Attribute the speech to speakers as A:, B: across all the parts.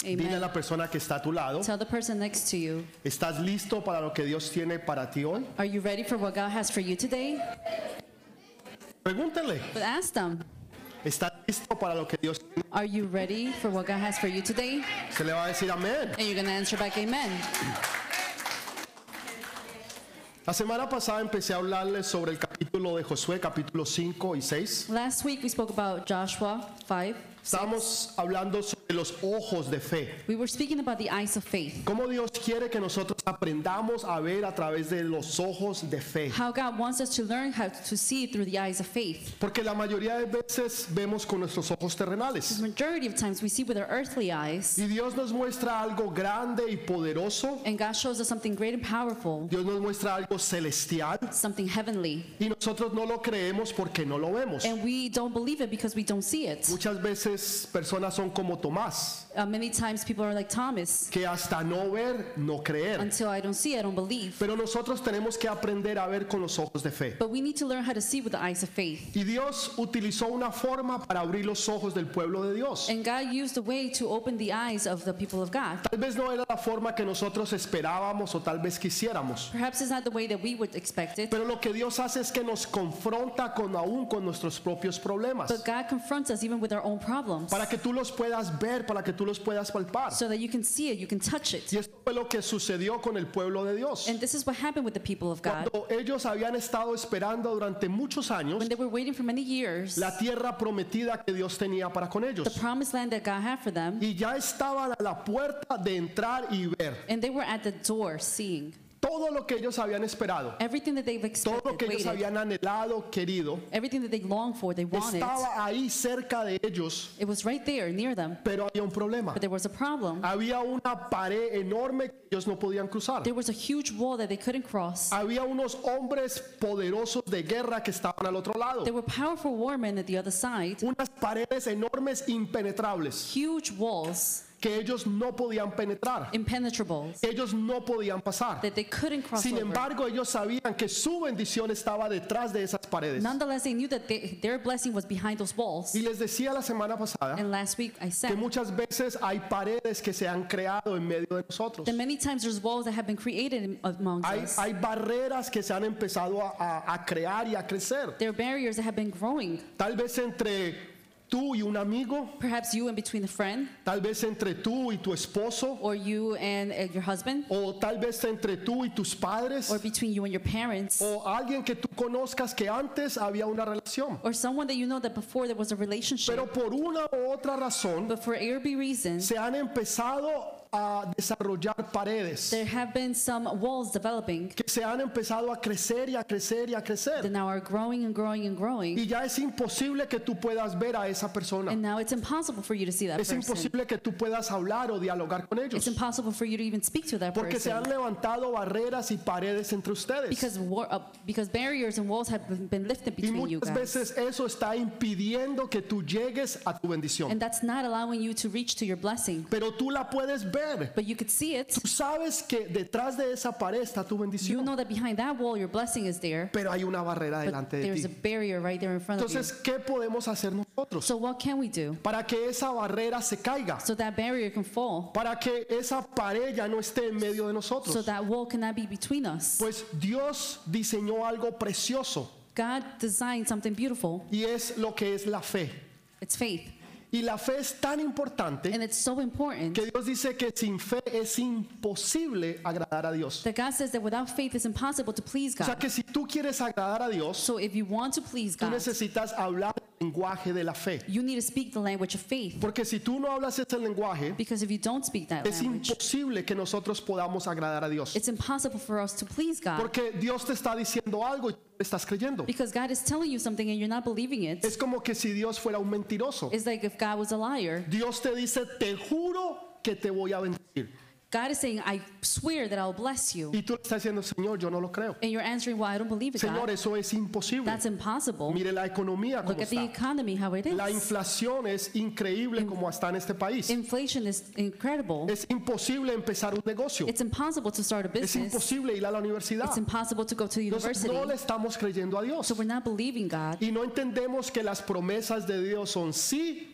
A: Dile a
B: Amen.
A: la persona que está a tu lado,
B: Tell the person next to you,
A: ¿estás listo para lo que Dios tiene para ti hoy?
B: are you ready for what God has for you today?
A: Pregúntale,
B: But ask them,
A: ¿estás listo para lo que Dios tiene?
B: are you ready for what God has for you today?
A: Se le va a decir amén.
B: And you're going to answer back, Amen.
A: La semana pasada empecé a hablarles sobre el capítulo de Josué, capítulo 5 y 6.
B: Last week we spoke about Joshua 5.
A: Estábamos hablando sobre los ojos de fe.
B: We were speaking about the eyes of faith.
A: Cómo Dios quiere que nosotros aprendamos a ver a través de los ojos de fe.
B: How God wants us to learn how to see through the eyes of faith.
A: Porque la mayoría de veces vemos con nuestros ojos terrenales.
B: Majority of times we see with our earthly eyes,
A: Y Dios nos muestra algo grande y poderoso.
B: and God shows us something great and powerful,
A: Dios nos muestra algo celestial.
B: something heavenly.
A: Y nosotros no lo creemos porque no lo vemos.
B: And we don't believe it because we don't see it.
A: Muchas veces personas son como Tomás,
B: Uh, many times people are like Thomas
A: que hasta no ver, no creer.
B: until I don't see, I don't believe.
A: Pero nosotros tenemos que aprender a ver con los ojos de fe.
B: But we need to learn how to see with the eyes of faith.
A: Y Dios utilizó una forma para abrir los ojos del pueblo de Dios.
B: And God used a way to open the eyes of the people of God.
A: Tal vez no era la forma que nosotros esperábamos o tal vez quisiéramos.
B: Perhaps it's not the way that we would expect it,
A: Pero lo que Dios hace es que nos confronta con aún con nuestros propios
B: but
A: problemas.
B: God confronts us even with our own problems
A: Para que tú los puedas ver, para que tú los puedas palpar.
B: so that you can see it, you can touch it.
A: Y esto fue lo que sucedió con el pueblo de Dios.
B: And this is what happened with the people of God.
A: Cuando ellos habían estado esperando durante muchos años
B: When they were waiting for many years,
A: la tierra prometida que Dios tenía para con
B: the
A: ellos.
B: promised land that God had for them,
A: Y ya estaban a la puerta de entrar y ver
B: and they were at the door seeing
A: todo lo que ellos habían esperado,
B: everything that they've
A: todo
B: expected,
A: lo que ellos
B: waited,
A: habían anhelado, querido.
B: everything that they longed for, they wanted.
A: Estaba ahí cerca de ellos,
B: It was right there near them,
A: pero había un problema.
B: but there was a problem.
A: Había una pared enorme que ellos no podían cruzar.
B: There was a huge wall that they couldn't cross.
A: Había unos hombres poderosos de guerra que estaban al otro lado.
B: There were powerful warmen at the other side,
A: Unas paredes enormes impenetrables
B: huge walls,
A: que ellos no podían penetrar.
B: impenetrable,
A: Ellos no podían pasar.
B: that they couldn't cross
A: Sin
B: over.
A: embargo, ellos sabían que su bendición estaba detrás de esas paredes.
B: Nonetheless, they knew that they, their blessing was behind those walls.
A: Y les decía la semana pasada
B: And last week I said
A: que muchas veces hay paredes que se han creado en medio de nosotros.
B: that many times there's walls that have been created in- amongst
A: Hay,
B: us.
A: hay barreras que se han empezado a, a- a crear y a crecer.
B: There are barriers that have been growing.
A: Tal vez entre tú y un amigo,
B: Perhaps you and between a friend,
A: tal vez entre tú y tu esposo,
B: or you and uh, your husband,
A: o tal vez entre tú y tus padres,
B: or between you and your parents,
A: o alguien que tú conozcas que antes había una relación.
B: or someone that you know that before there was a relationship.
A: Pero por una u otra razón
B: But for A or B reason,
A: se han empezado a desarrollar paredes
B: there have been some walls developing
A: que se han empezado a crecer y a crecer y a
B: that
A: crecer.
B: now are growing and growing and growing.
A: Y ya es imposible que tú puedas ver a esa persona.
B: And now it's impossible for you to see that
A: Es
B: person.
A: imposible que tú puedas hablar o dialogar con
B: It's
A: ellos.
B: impossible for you to even speak to that
A: Porque se
B: person.
A: han levantado barreras y paredes entre ustedes.
B: Because, war, uh, because barriers and walls have been- been lifted
A: Y
B: between you
A: muchas
B: guys.
A: veces eso está impidiendo que tú llegues a tu bendición.
B: And that's not allowing you to reach to your blessing.
A: Pero tú la puedes ver.
B: But you could see it.
A: Tú sabes que detrás de esa pared está tu
B: You
A: bendición.
B: know that behind that wall your blessing is there,
A: Pero hay una barrera
B: but
A: delante de
B: there's a
A: ti.
B: barrier right there in front of you.
A: Entonces, ¿qué podemos hacer nosotros?
B: So what can we do
A: Para que esa barrera se caiga.
B: so that barrier can fall,
A: Para que esa pared ya no esté en medio
B: so
A: de nosotros.
B: that wall cannot be between us?
A: Pues Dios diseñó algo precioso.
B: God designed something beautiful.
A: Y es lo que es la fe.
B: It's faith,
A: Y la fe es tan importante
B: and it's so important
A: que Dios dice que sin fe es imposible agradar a Dios.
B: that God says that without faith it's impossible to please
A: O sea
B: God.
A: que si tú quieres agradar a Dios,
B: So if you want to please
A: tú
B: God,
A: necesitas hablar el lenguaje de la fe.
B: you need to speak the language of faith,
A: Porque si tú no hablas ese lenguaje,
B: because if you don't speak that
A: es
B: language,
A: imposible que nosotros podamos agradar a Dios.
B: it's impossible for us to please God,
A: Porque Dios te está diciendo algo y tú le estás creyendo.
B: because God is telling you something and you're not believing it.
A: Es como que si Dios fuera un mentiroso.
B: It's like if God was a liar.
A: Dios te dice, te juro que te voy a bendecir.
B: God is saying, I swear that I'll bless you.
A: Y tú le estás diciendo, Señor, yo no lo creo.
B: And you're answering, Well, I don't believe it,
A: Señor,
B: God.
A: eso es imposible.
B: That's impossible.
A: Mire la economía
B: Look
A: como
B: at the
A: está.
B: economy, Em- how it
A: La
B: is.
A: inflación es increíble como está en este país.
B: Inflation is incredible.
A: Es imposible empezar un negocio.
B: It's impossible to start a
A: Es
B: business.
A: imposible ir a la universidad.
B: It's impossible to go to
A: Entonces,
B: university.
A: no le estamos creyendo a
B: So
A: Dios.
B: we're not believing God.
A: Y no entendemos que las promesas de Dios son sí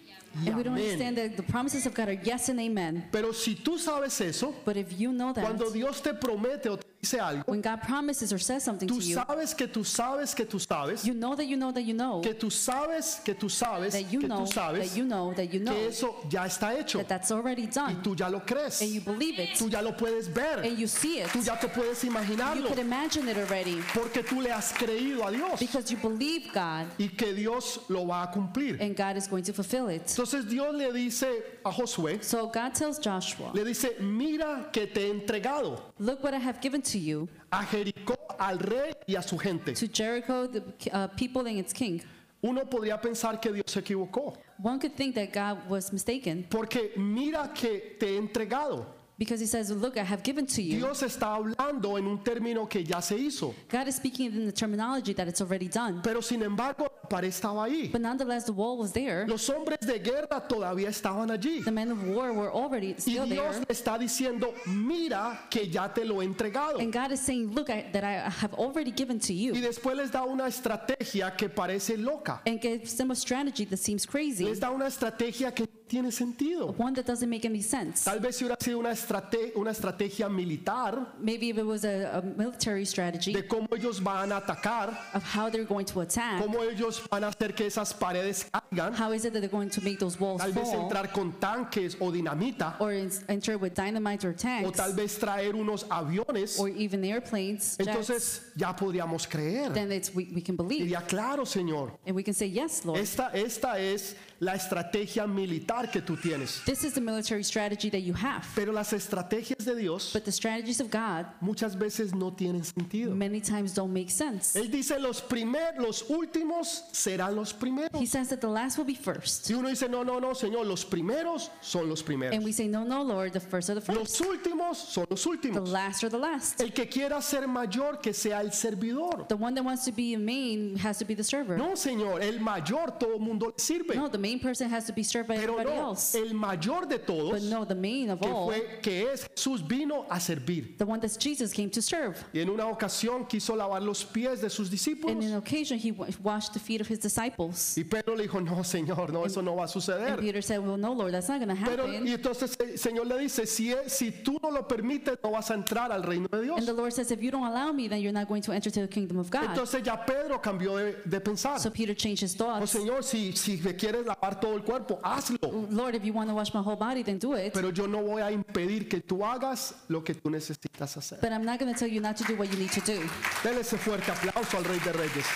A: y
B: And we don't
A: amén.
B: understand that the promises of God are yes and amen.
A: Pero si tú sabes eso,
B: But if you know that,
A: cuando Dios te promete o te dice algo,
B: when God promises or says something to
A: tú
B: you,
A: sabes que tú sabes que tú sabes,
B: you know that you know that you know
A: que tú sabes que tú sabes,
B: that you
A: que
B: know
A: tú
B: that
A: sabes
B: you know that you
A: que
B: know
A: eso ya está hecho
B: that that's already
A: y
B: done.
A: tú ya lo
B: And
A: crees,
B: you believe it.
A: tú ya lo puedes ver,
B: And you see it.
A: tú ya te puedes
B: You
A: imaginarlo
B: could imagine it already
A: porque tú le has creído a Dios
B: because you believe God
A: y que Dios lo va a cumplir.
B: and God is going to fulfill it.
A: Entonces Dios le dice a Josué,
B: So God tells Joshua,
A: le dice, mira que te he entregado
B: Look what I have given to you,
A: a Jericó, al rey y a su gente.
B: to Jericho, the uh, people, and its king.
A: Uno podría pensar que Dios se equivocó,
B: One could think that God was mistaken
A: porque mira que te he entregado.
B: because he says, Look, I have given to you.
A: Dios está hablando en un término que ya se hizo,
B: God is speaking in the terminology that it's already done.
A: pero sin embargo, la pared estaba ahí.
B: But nonetheless, the wall was there.
A: Los hombres de guerra todavía estaban allí.
B: The men of war were already
A: Y
B: still
A: Dios
B: there.
A: le está diciendo, mira que ya te lo he entregado.
B: And God is saying, Look, I, that I have already given to
A: Y
B: you.
A: después les da una estrategia que parece loca.
B: And gives them a strategy that seems crazy,
A: Les da una estrategia que no tiene sentido.
B: one that doesn't make any sense.
A: Tal vez si hubiera sido una, estrate- una estrategia militar
B: Maybe if it was a, a military strategy
A: de cómo ellos van a atacar,
B: of how they're going to attack,
A: cómo ellos van a hacer que esas paredes caigan,
B: how is it that they're going to make those walls
A: tal vez
B: fall,
A: entrar con tanques o dinamita,
B: or in- enter with dynamite or
A: o
B: tanks,
A: tal vez traer unos aviones.
B: or even airplanes, jets,
A: Entonces ya podríamos creer.
B: then it's, we, we can believe.
A: Diría, claro, Señor,
B: And we can say, Yes, Lord,
A: esta, esta es la estrategia militar que tú tienes.
B: this is the military strategy that you have.
A: Pero las estrategias de Dios
B: But the strategies of God
A: muchas veces no tienen sentido.
B: many times don't make sense.
A: Él dice los primeros, los últimos serán los primeros.
B: He says that the last will be first.
A: Y uno dice, no, no, no, Señor, los primeros son los
B: And
A: primeros.
B: we say, No, no, Lord, the first are the first,
A: Los últimos son los
B: the
A: últimos.
B: last are the last.
A: El que quiera ser mayor, que sea el servidor.
B: The one that wants to be a main has to be the server.
A: No, Señor, el mayor todo el mundo le sirve.
B: No, the main person has to be served by
A: Pero
B: everybody
A: no,
B: else.
A: el mayor de
B: But
A: todos,
B: no, the main of
A: que,
B: all,
A: fue, que es Jesús, vino a servir.
B: the one that Jesus came to serve.
A: Y en una ocasión quiso lavar los pies de sus
B: And
A: discípulos.
B: in occasion, he wa- washed the feet of his disciples.
A: Y Pedro le dijo, no, Señor, no, eso no va a
B: And
A: suceder.
B: Peter said, Well, no, Lord, that's not going to
A: Pero, y
B: happen.
A: entonces el Señor le dice, si, es- si tú no lo permites, no vas a entrar al reino de
B: And
A: Dios.
B: the Lord says, If you don't allow me, then you're not going to enter to the kingdom of God.
A: Entonces ya Pedro cambió de, de pensar.
B: So Peter changed his
A: No,
B: thoughts.
A: Señor, si, si me quieres lavar todo el cuerpo, hazlo.
B: Lord, if you want to wash my whole body, then do it.
A: Pero yo no voy a impedir que tú hagas lo que tú necesitas hacer.
B: But I'm not going to tell you not to do what you need to do.
A: Dele ese fuerte aplauso al Rey de Reyes.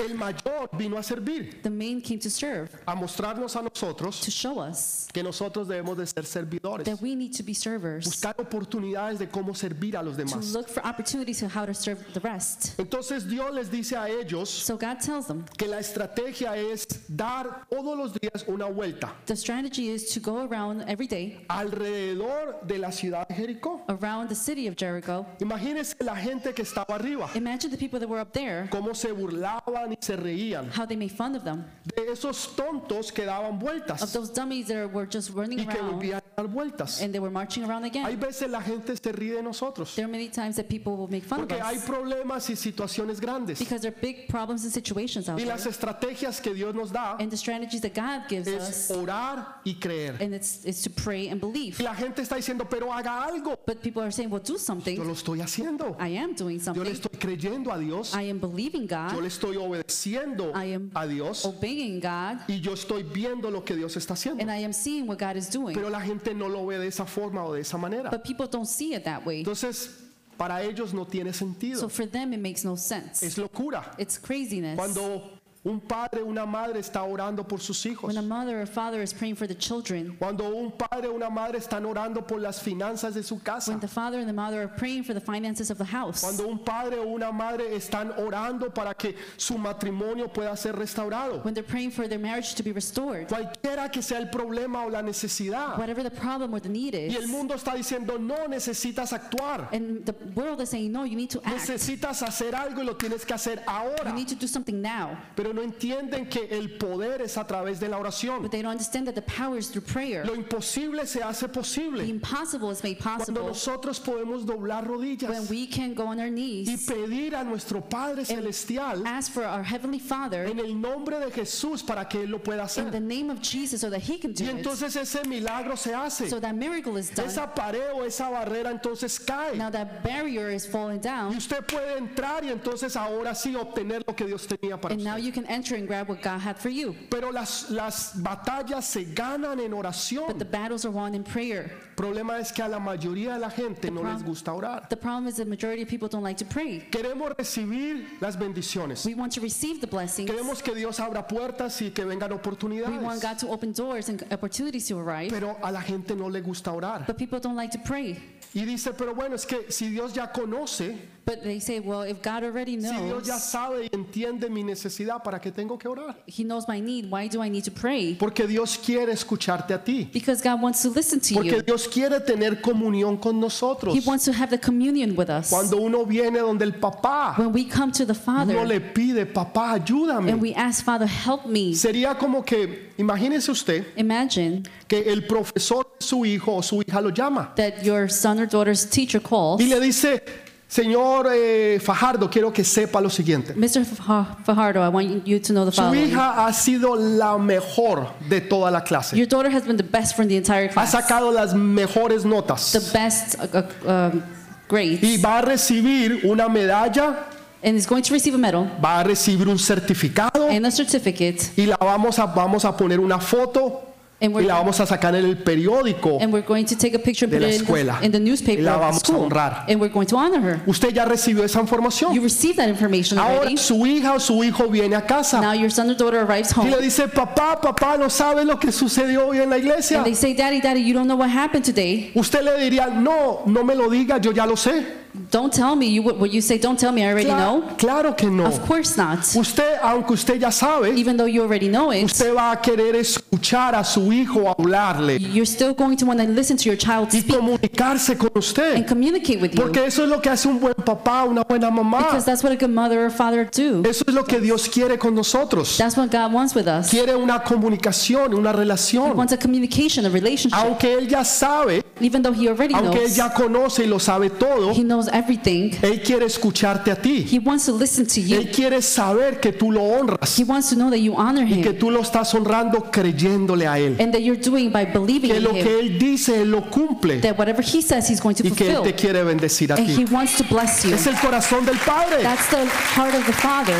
A: El mayor vino a servir,
B: The main came to serve,
A: a mostrarnos a nosotros
B: to show us
A: que nosotros debemos de ser servidores,
B: that we need to be servers,
A: buscar oportunidades de cómo servir a los
B: to
A: demás.
B: look for opportunities of how to serve the rest.
A: Entonces Dios les dice a ellos
B: So God tells them
A: que la estrategia es dar todos los días una vuelta
B: the strategy is to go around every day,
A: alrededor de la ciudad de Jericó.
B: around the city of Jericho.
A: Imagínense la gente que estaba arriba,
B: Imagine the people that were up there,
A: cómo se burlaban y se reían
B: how they made fun of them,
A: de esos tontos que daban
B: of
A: vueltas
B: those dummies that were just running
A: y que
B: around
A: volvían a dar vueltas.
B: and they were marching around
A: Hay
B: again.
A: veces la gente se ríe de nosotros
B: There are many times that people will make fun of
A: porque hay
B: us
A: problemas y situaciones grandes
B: because there are big problems and situations out
A: y
B: there.
A: las estrategias que Dios nos da
B: And the strategies that God gives
A: es
B: us,
A: orar y creer.
B: and it's, it's to pray and believe.
A: Y la gente está diciendo, pero haga algo.
B: But people are saying, well, do
A: Yo
B: something.
A: lo estoy haciendo.
B: I am doing
A: Yo
B: something.
A: le estoy creyendo a Dios.
B: I am believing
A: Yo
B: God,
A: le estoy obedeciendo
B: I am-
A: a
B: oh.
A: Dios.
B: obeying God,
A: Y yo estoy viendo lo que Dios está haciendo.
B: and I am seeing what God is doing.
A: Pero la gente no lo ve de esa forma o de esa manera.
B: But people don't see it that way.
A: Entonces, para ellos no tiene
B: So
A: sentido.
B: for them, it makes no sense.
A: Es locura.
B: It's craziness.
A: Cuando un padre, una madre está orando por sus hijos.
B: When a mother or father is praying for the children,
A: Cuando un padre, una madre están orando por las finanzas de su casa.
B: when the father and the mother are praying for the finances of the house,
A: Cuando un padre o una madre están orando para que su matrimonio pueda ser restaurado.
B: when they're praying for their marriage to be restored,
A: Cualquiera que sea el problema o la necesidad.
B: whatever the problem or the need
A: Y el
B: is,
A: mundo está diciendo, no necesitas actuar,
B: and the world is saying, no, you need to act.
A: necesitas hacer algo y lo tienes que hacer
B: You
A: ahora.
B: need to do something now.
A: Pero pero no entienden que el poder es a través de la oración.
B: But they don't understand that the power is through prayer.
A: Lo imposible se hace
B: The
A: posible
B: impossible is made
A: cuando
B: possible
A: nosotros podemos doblar
B: when
A: rodillas
B: we can go on our
A: y
B: knees,
A: pedir a nuestro Padre Celestial
B: ask for our Heavenly Father
A: en el nombre de Jesús para que Él lo pueda
B: in the
A: hacer.
B: name of Jesus so that He can
A: Y
B: do it.
A: entonces ese milagro se hace.
B: So that miracle is done.
A: Esa pared o esa barrera entonces cae.
B: Now that barrier is falling
A: Y
B: down,
A: usted puede entrar y entonces ahora sí obtener lo que Dios tenía para
B: and now
A: usted.
B: you can enter and grab what God had for you.
A: Pero las, las batallas se ganan en oración.
B: The battles are won in prayer.
A: El problema es que a la mayoría de la gente no les gusta orar.
B: The problem is the majority of people don't like to pray.
A: Queremos recibir las bendiciones.
B: We want to receive the blessings.
A: Queremos que Dios abra puertas y que vengan
B: We want
A: oportunidades.
B: God to open doors and opportunities to arrive.
A: Pero a la gente no le gusta orar.
B: But people don't like to pray.
A: Y dice, pero bueno, es que si Dios ya conoce,
B: But they say, well, if God already
A: si Dios ya
B: knows,
A: sabe y entiende mi necesidad, ¿para qué tengo que orar?
B: He knows my need, why do I need to pray?
A: Porque Dios quiere escucharte a ti.
B: Because God wants to listen to
A: Porque
B: you.
A: Dios quiere tener comunión con nosotros.
B: He wants to have the communion with us.
A: Cuando uno viene donde el papá,
B: When we come to the
A: uno
B: Father
A: le pide, papá, ayúdame.
B: and we ask, Father, help me.
A: Sería como que, imagínese usted,
B: Imagine
A: que el profesor de su hijo o su hija lo llama
B: that your son or daughter's teacher calls.
A: y le dice, señor eh, Fajardo, quiero que sepa lo siguiente.
B: Mr. Fa- Fajardo, I want you to know the
A: Su
B: following.
A: hija ha sido la mejor de toda la clase.
B: Your daughter has been the best from the entire
A: Ha
B: class.
A: sacado las mejores
B: The
A: notas
B: best uh, uh, um,
A: y
B: grades.
A: va a recibir una medalla,
B: And is going to receive a medal
A: va a recibir un certificado
B: and a certificate.
A: y la vamos a, vamos a poner una foto y
B: And we're-
A: la vamos a sacar en el periódico.
B: And we're going to take a picture and
A: De
B: put
A: la
B: it in the,
A: escuela.
B: in the newspaper
A: Y la
B: of the
A: vamos a
B: school.
A: honrar.
B: And we're going to honor her.
A: Usted ya recibió esa
B: You
A: información.
B: received that information
A: Ahora
B: already.
A: su hija o su hijo viene a casa.
B: Now your son or daughter arrives
A: Y
B: home.
A: le dice, papá, papá, no sabe lo que sucedió hoy en la iglesia.
B: And they say, Daddy, Daddy, you don't know what happened today.
A: Usted le diría, no, no me lo diga, yo ya lo sé.
B: Don't tell me. You, what you say, don't tell me. I already
A: Cla-
B: know.
A: Claro que no.
B: Of course not.
A: Usted, aunque usted ya sabe,
B: Even though you already know it,
A: usted va a querer escuchar a su hijo hablarle
B: you're still going to want to listen to your child
A: y
B: speak
A: comunicarse con usted.
B: and communicate with you.
A: Porque eso es lo que hace un buen papá, una buena mamá.
B: Because that's what a good mother or father do.
A: Eso es lo que Dios quiere con nosotros.
B: That's what God wants with us. He
A: Quiere una comunicación, una relación.
B: wants a communication, a relationship.
A: Aunque él ya sabe,
B: Even though he already
A: aunque él
B: knows,
A: ya conoce y lo sabe todo,
B: he knows everything.
A: él quiere escucharte a ti.
B: He wants to listen to
A: Él
B: you.
A: quiere saber que tú lo honras
B: He wants to know that you honor
A: y que
B: him
A: tú lo estás honrando creyéndole a Él.
B: and that you're doing by believing
A: Que
B: in
A: lo
B: him.
A: que Él dice, Él lo cumple
B: That whatever he says, he's going to
A: y que Él
B: fulfill.
A: te quiere bendecir a
B: And he
A: ti.
B: wants to bless you.
A: Es el corazón del Padre.
B: That's the heart of the Father.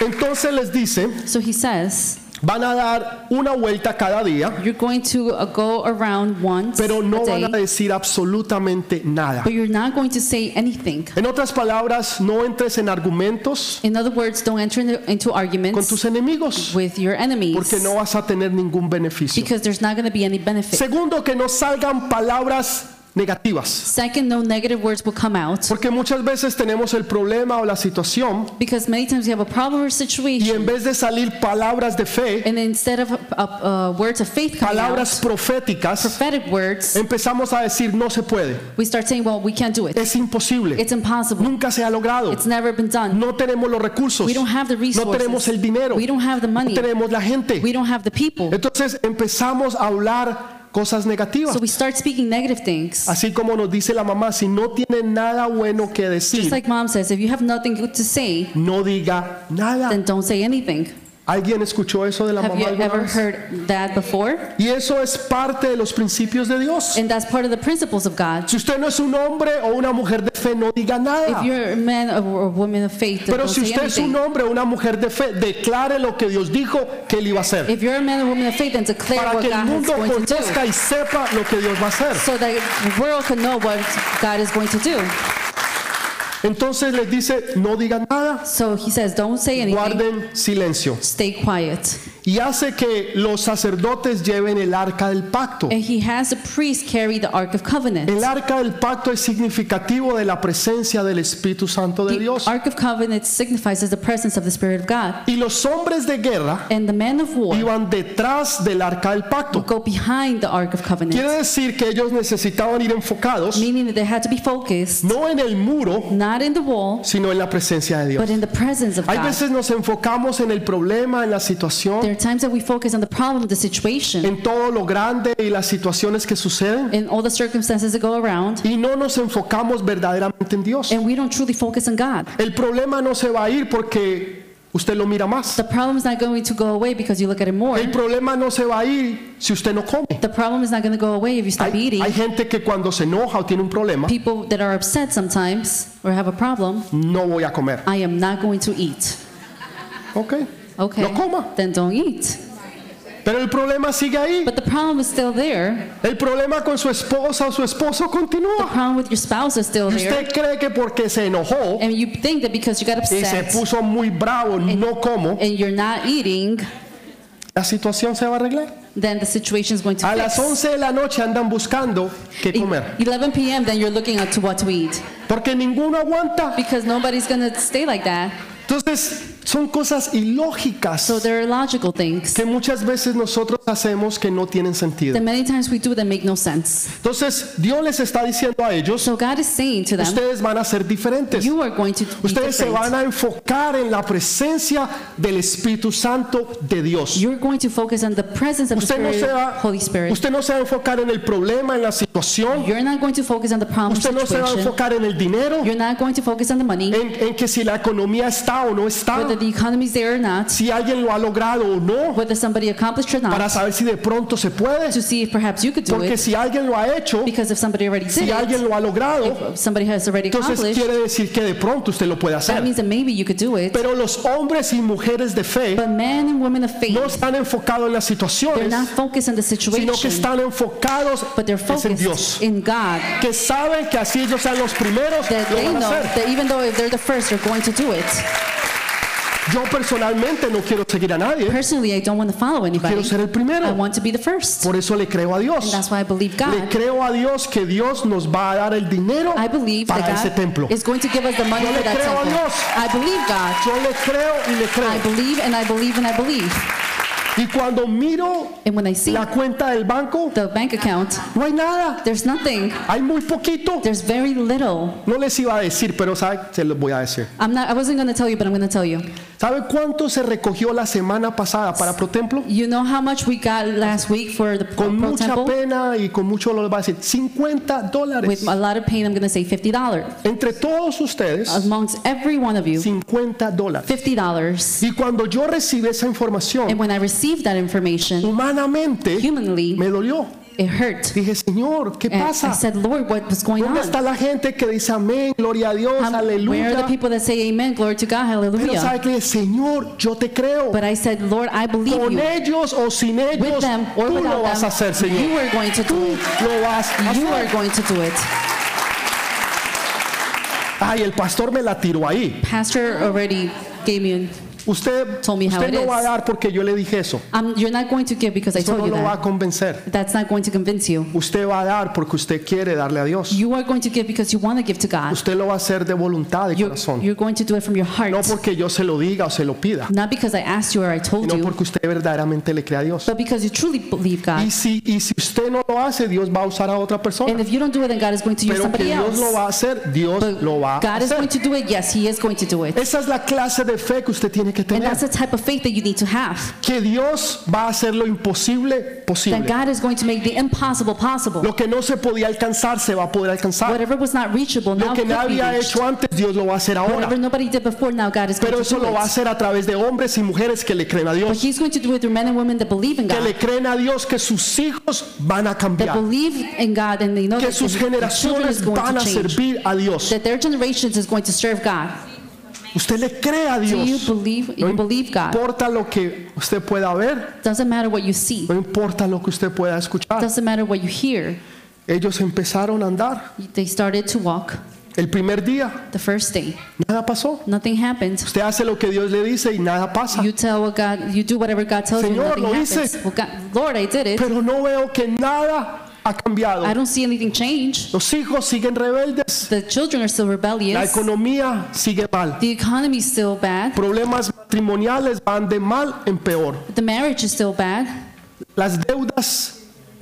A: Entonces les dice,
B: So he says,
A: van a dar una vuelta cada día,
B: You're going to uh, go around once
A: pero no
B: a
A: van a
B: day,
A: decir absolutamente nada.
B: but you're not going to say anything.
A: En otras palabras, no entres en argumentos
B: In other words, don't enter into- into
A: con
B: arguments
A: tus enemigos
B: with your enemies
A: porque no vas a tener ningún beneficio.
B: because there's not going to be any benefit.
A: Segundo, que no salgan palabras negativas.
B: Second, no negative words will come out
A: Porque muchas veces tenemos el problema o la situación
B: because many times you have a problem or
A: y
B: situation,
A: en vez de salir palabras de fe,
B: and instead of uh, uh, words of faith coming
A: palabras
B: out,
A: proféticas,
B: prophetic words,
A: empezamos a decir no se puede,
B: we start saying, Well, we can't do it.
A: es imposible,
B: It's impossible.
A: nunca se ha logrado,
B: It's never been done.
A: no tenemos los recursos,
B: We don't have the
A: no tenemos el
B: resources.
A: dinero,
B: We
A: no
B: don't have the money.
A: tenemos la gente.
B: We don't have the people.
A: Entonces empezamos a hablar cosas negativas.
B: So we start speaking negative things.
A: Así como nos dice la mamá, si no tiene nada bueno que
B: Just
A: decir,
B: like mom says, if you have nothing good to say,
A: no diga nada.
B: then don't say anything.
A: ¿Alguien escuchó eso de la
B: Have you
A: mamá alguna
B: ever
A: vez?
B: heard that before?
A: Y eso es parte de los principios de Dios.
B: And that's part of the principles of God.
A: Si usted no es un hombre o una mujer de fe, no diga
B: If
A: nada.
B: you're a man or a woman of faith, then
A: Pero
B: don't
A: si
B: say
A: usted es un
B: anything.
A: hombre o una mujer de fe, declare lo que Dios dijo que él iba a hacer.
B: If you're a man or woman of faith, then declare
A: Para
B: what
A: que el
B: God is
A: mundo
B: going to
A: conozca
B: do.
A: y sepa lo que Dios va a hacer.
B: So that the world can know what God is going to do.
A: Entonces les dice, no digan nada,
B: So he says, don't say anything.
A: guarden silencio.
B: Stay quiet.
A: y hace que los sacerdotes lleven el arca del pacto.
B: And he has the priest carry the Ark of Covenant.
A: El arca del pacto es significativo de la presencia del Espíritu Santo de
B: The
A: Dios.
B: Ark of Covenant signifies the presence of the Spirit of God.
A: Y los hombres de guerra
B: And the men of war
A: iban detrás del arca del pacto.
B: go behind the Ark of
A: Quiere
B: Covenant,
A: decir que ellos necesitaban ir enfocados
B: meaning that they had to be focused
A: no en el muro,
B: not in the wall,
A: sino en la presencia de Dios.
B: but in the presence of
A: Hay
B: God.
A: veces nos enfocamos en el problema, en la situación,
B: There are times that we focus on the problem, the situation,
A: en todo lo grande y las situaciones que suceden
B: and all the circumstances that go around,
A: y no nos enfocamos verdaderamente en Dios.
B: and we don't truly focus on God.
A: El problema no se va a ir porque usted lo mira más.
B: The problem is not going to go away because you look at it more.
A: El problema no se va a ir si usted no come.
B: The problem is not going to go away if you stop
A: Hay,
B: eating.
A: hay gente que cuando se enoja o tiene un problema,
B: People that are upset sometimes or have a problem,
A: no voy a comer.
B: I am not going to eat.
A: Ok,
B: Okay.
A: no coma.
B: Then don't eat.
A: Pero el problema sigue ahí.
B: But the problem is still there.
A: El problema con su esposa o su esposo
B: The
A: continúa.
B: problem with your spouse is still
A: Y
B: there.
A: usted cree que porque se enojó
B: And you think that because you got
A: y se
B: upset
A: puso muy bravo, no como,
B: and you're not eating,
A: la situación se va a arreglar.
B: then the situation is going to
A: A las
B: fix.
A: 11 de la noche andan buscando qué comer,
B: 11 p.m., then you're looking up to what to eat
A: porque ninguno aguanta.
B: because nobody's going to stay like that.
A: Entonces, son cosas
B: So
A: ilógicas
B: there are logical things
A: que muchas veces nosotros hacemos que no tienen sentido.
B: that many times we do that make no sense.
A: Entonces, Dios les está diciendo a ellos,
B: So God is saying to them,
A: ustedes van a ser diferentes.
B: you are going to be
A: Ustedes se van
B: different.
A: a enfocar en la presencia del Espíritu Santo de Dios.
B: You're going to focus on the presence of the
A: Usted no se
B: Spirit,
A: va,
B: Holy Spirit.
A: usted no se va a enfocar en el problema, en la situación.
B: You're not going to focus on the problem
A: Usted no se va a
B: situation.
A: enfocar Eh, en el dinero,
B: You're not going to focus on the money,
A: en, en que si la economía está o no está,
B: whether the economy is there or not,
A: si alguien lo ha logrado o no,
B: whether somebody accomplished or
A: para
B: not,
A: saber si de pronto se puede.
B: to see if perhaps you could do
A: Porque
B: it.
A: si alguien lo ha hecho,
B: Because if somebody already did
A: si
B: it,
A: alguien lo ha logrado,
B: if somebody has already
A: entonces
B: accomplished,
A: quiere decir que de pronto usted lo puede
B: that
A: hacer.
B: means that maybe you could do it.
A: Pero los hombres y mujeres de fe
B: But men and women of
A: no
B: faith,
A: están enfocados en las
B: they're
A: situaciones,
B: not focused on the
A: sino que
B: situation,
A: están enfocados
B: but they're
A: es en Dios.
B: focused in God.
A: Que saben que así ellos sean los primeros,
B: That
A: lo
B: they
A: van
B: know
A: a hacer.
B: that even though if they're the first, they're going to do it.
A: Yo personalmente no quiero seguir a nadie,
B: Personally, I don't want to follow
A: quiero
B: anybody.
A: ser el
B: I
A: primero.
B: want to be the first.
A: Por eso le creo a Dios.
B: That's why I believe
A: Le
B: God.
A: creo a Dios que Dios nos va a dar el dinero
B: I believe that
A: para ese templo.
B: God is going to give us the money
A: Yo le
B: for that
A: creo a
B: temple.
A: Dios.
B: I believe God.
A: Yo le creo y le
B: I
A: creo.
B: believe and I believe and I believe.
A: Y cuando miro
B: And when I see
A: la cuenta del banco,
B: the bank account,
A: no hay nada.
B: there's nothing.
A: Hay muy poquito.
B: There's very little.
A: No les iba a decir, pero ¿sabe? se los voy a decir.
B: I'm not. I wasn't going to tell you, but I'm going to tell you.
A: ¿Sabe cuánto se recogió la semana pasada para ProTemplo?
B: You know how much we got last week for the pro,
A: Con
B: pro
A: mucha
B: temple?
A: pena y con mucho dolor va a decir 50 dólares.
B: With a lot of pain, I'm going to say fifty dollars
A: Entre todos ustedes,
B: amongst every one of you.
A: 50 dólares.
B: Fifty dollars.
A: Y cuando yo recibí esa
B: And
A: información,
B: when I received that information,
A: humanamente
B: humanly,
A: me dolió.
B: it hurt.
A: Dije, Señor, ¿qué
B: And I
A: pasa?
B: said, Lord, what was going
A: ¿Dónde
B: on?
A: está la gente que dice amén, gloria a Dios,
B: Um, Where are the
A: aleluya?
B: people that say amen, glory to God,
A: Pero
B: hallelujah?
A: sabe que Señor, yo te creo.
B: But I said, Lord, I believe
A: Con
B: you.
A: ellos o sin
B: With
A: ellos,
B: them or
A: tú lo
B: without
A: vas a
B: them,
A: hacer, Señor.
B: you are going to do
A: Tú
B: it.
A: lo vas a
B: You are
A: hacer.
B: going to do it.
A: Ay, el pastor me la tiró ahí.
B: Pastor already gave me. an-
A: Usted,
B: Told me how
A: usted
B: it
A: no va a
B: is.
A: dar porque yo le dije eso.
B: Um, you're not going to give because I
A: Eso
B: told
A: no
B: you
A: lo va a
B: that.
A: convencer.
B: That's not going to convince you.
A: Usted va a dar porque usted quiere darle a Dios.
B: You are going to give because you want to give to God.
A: Usted lo va a hacer de voluntad, de
B: You're,
A: corazón.
B: you're going to do it from your heart,
A: No porque yo se lo diga o se lo pida,
B: not because I asked you or I told
A: sino
B: you,
A: porque usted verdaderamente le cree a Dios.
B: but because you truly believe
A: Y
B: God.
A: si, y si usted no lo hace, Dios va a usar a otra persona.
B: And if you don't do it, then God is going to use
A: Pero que
B: somebody
A: Dios
B: else.
A: lo va a hacer, Dios
B: But
A: lo va a
B: Pues, God is going
A: hacer.
B: to do it. Yes, He is going to do it.
A: Esa es la clase de fe que usted tiene que
B: And
A: tener.
B: that's the type of faith that you need to have.
A: Que Dios va a hacer lo imposible
B: That
A: posible.
B: God is going to make the impossible possible.
A: Lo que no se podía alcanzar, se va a poder alcanzar.
B: Whatever was not reachable
A: Lo
B: now
A: que
B: could be
A: nadie ha
B: reached.
A: hecho antes, Dios lo va a hacer ahora.
B: Whatever nobody did before, now God is going
A: Pero
B: to
A: eso
B: do
A: lo va a
B: it.
A: hacer a través de hombres y mujeres que le creen a
B: But
A: Dios.
B: He's going to do it through men and women that believe in
A: Que
B: God,
A: le creen a Dios que sus hijos van a
B: that
A: cambiar.
B: believe in God, and they know
A: Que
B: that
A: sus
B: their- their children is
A: generaciones
B: going
A: van
B: to
A: a
B: change.
A: servir a Dios.
B: that their generations is going to serve God.
A: Usted le cree a
B: Do you
A: Dios.
B: believe
A: No
B: you believe God?
A: importa lo que usted pueda ver,
B: Doesn't matter what you see.
A: no importa lo que usted pueda escuchar.
B: Doesn't matter what you hear.
A: Ellos empezaron a andar
B: They started to walk
A: El primer día,
B: The first day,
A: nada pasó.
B: nothing happened.
A: Usted hace lo que Dios le dice y nada pasa.
B: You tell what God, you do whatever God tells you,
A: Señor,
B: nothing
A: lo hice.
B: happens. Well, God, Lord, I did it.
A: Pero no veo que nada ha cambiado.
B: I don't see anything change.
A: Los hijos siguen rebeldes.
B: The children are still
A: La
B: rebellious.
A: economía sigue mal.
B: The economy is still bad.
A: Problemas matrimoniales van de mal en peor.
B: The marriage is still bad.
A: Las deudas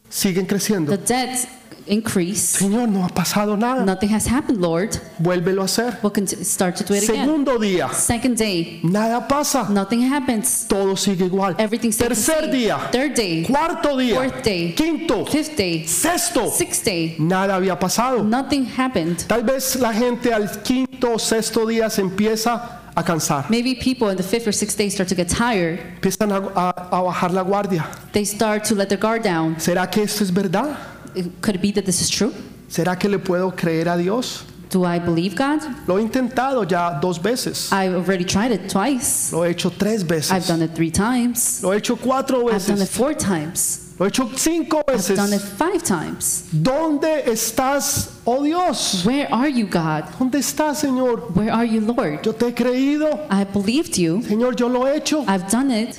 A: siguen creciendo.
B: The debts increase.
A: Señor, no ha pasado nada.
B: Nothing has happened, Lord.
A: Vuélvelo a hacer.
B: We'll cont- start to do it again.
A: Segundo día,
B: Second day,
A: nada pasa.
B: nothing happens.
A: Todo sigue igual.
B: Everything stays the
A: Tercer
B: same.
A: día,
B: Third day,
A: Eh, cuarto día,
B: Fourth day.
A: quinto,
B: fifth day,
A: sexto,
B: sixth day,
A: nada había pasado.
B: nothing happened.
A: Tal vez la gente al quinto o sexto día se empieza a cansar.
B: Maybe people in the fifth or sixth day start to get tired.
A: Empiezan a, a- a bajar la guardia.
B: They start to let their guard down.
A: ¿Será que esto es verdad?
B: It- Could it be that this is true?
A: ¿Será que le puedo creer a Dios?
B: Do I believe God?
A: Lo he intentado ya dos veces.
B: I've already tried it twice.
A: Lo he hecho tres
B: I've
A: veces.
B: done it three times.
A: Lo he hecho cuatro
B: I've done it
A: veces.
B: four times.
A: Lo he hecho cinco
B: I've done it
A: veces.
B: five times.
A: ¿Dónde estás, oh Dios?
B: Where are you, God?
A: ¿Dónde estás, Señor?
B: Where are you, Lord?
A: Yo te he creído.
B: I believed you.
A: Señor, yo lo he hecho,
B: I've done it,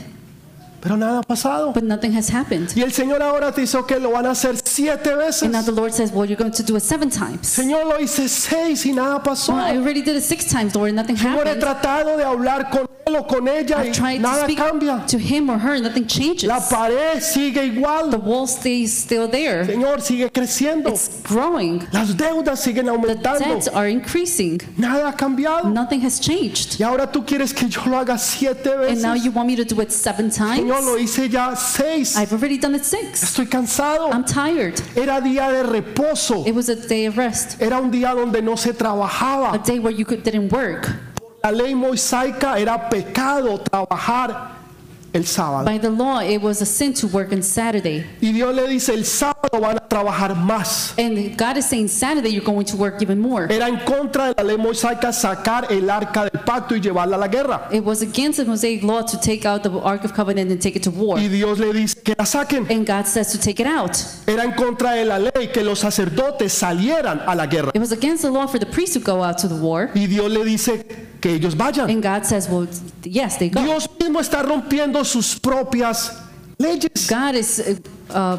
A: pero nada ha pasado.
B: but nothing has happened.
A: Y el Señor ahora te hizo que lo van a hacer siete veces.
B: And now the Lord says, Well, you're going to do it seven times.
A: Señor, lo hice seis y nada pasó.
B: Well, I already did it six times, Lord, and nothing
A: Señor, he
B: happened.
A: tratado de hablar con él o con ella
B: I've
A: y
B: tried to
A: nada
B: speak
A: cambia.
B: to him or her, and nothing changes.
A: La pared sigue
B: The
A: igual.
B: wall stays still there.
A: Señor, sigue creciendo.
B: It's growing.
A: Las deudas siguen
B: The
A: aumentando.
B: debts are increasing.
A: Nada ha cambiado.
B: Nothing has changed.
A: Y ahora tú quieres que yo lo haga siete
B: And now
A: veces.
B: you want me to do it seven
A: Señor,
B: times?
A: lo hice ya seis.
B: I've already done it six.
A: Estoy cansado.
B: I'm tired.
A: Era día de reposo.
B: It was a day of rest,
A: Era un día donde no se trabajaba.
B: a day where you could, didn't work.
A: La ley mosaica era pecado trabajar el sábado.
B: By the law, it was a sin to work on Saturday.
A: Y Dios le dice, el sábado van a trabajar más.
B: And God is saying Saturday you're going to work even more.
A: Era en contra de la ley mosaica sacar el arca del pacto y llevarla a la guerra.
B: It was against the Mosaic law to take out the Ark of Covenant and take it to war.
A: Y Dios le dice que la saquen.
B: And God says to take it out.
A: Era en contra de la ley que los sacerdotes salieran a la guerra.
B: It was against the law for the priests to go out to the war.
A: Y Dios le dice que ellos vayan.
B: And God says, well, yes, they go.
A: Dios mismo está rompiendo sus propias leyes.
B: God is, uh, uh,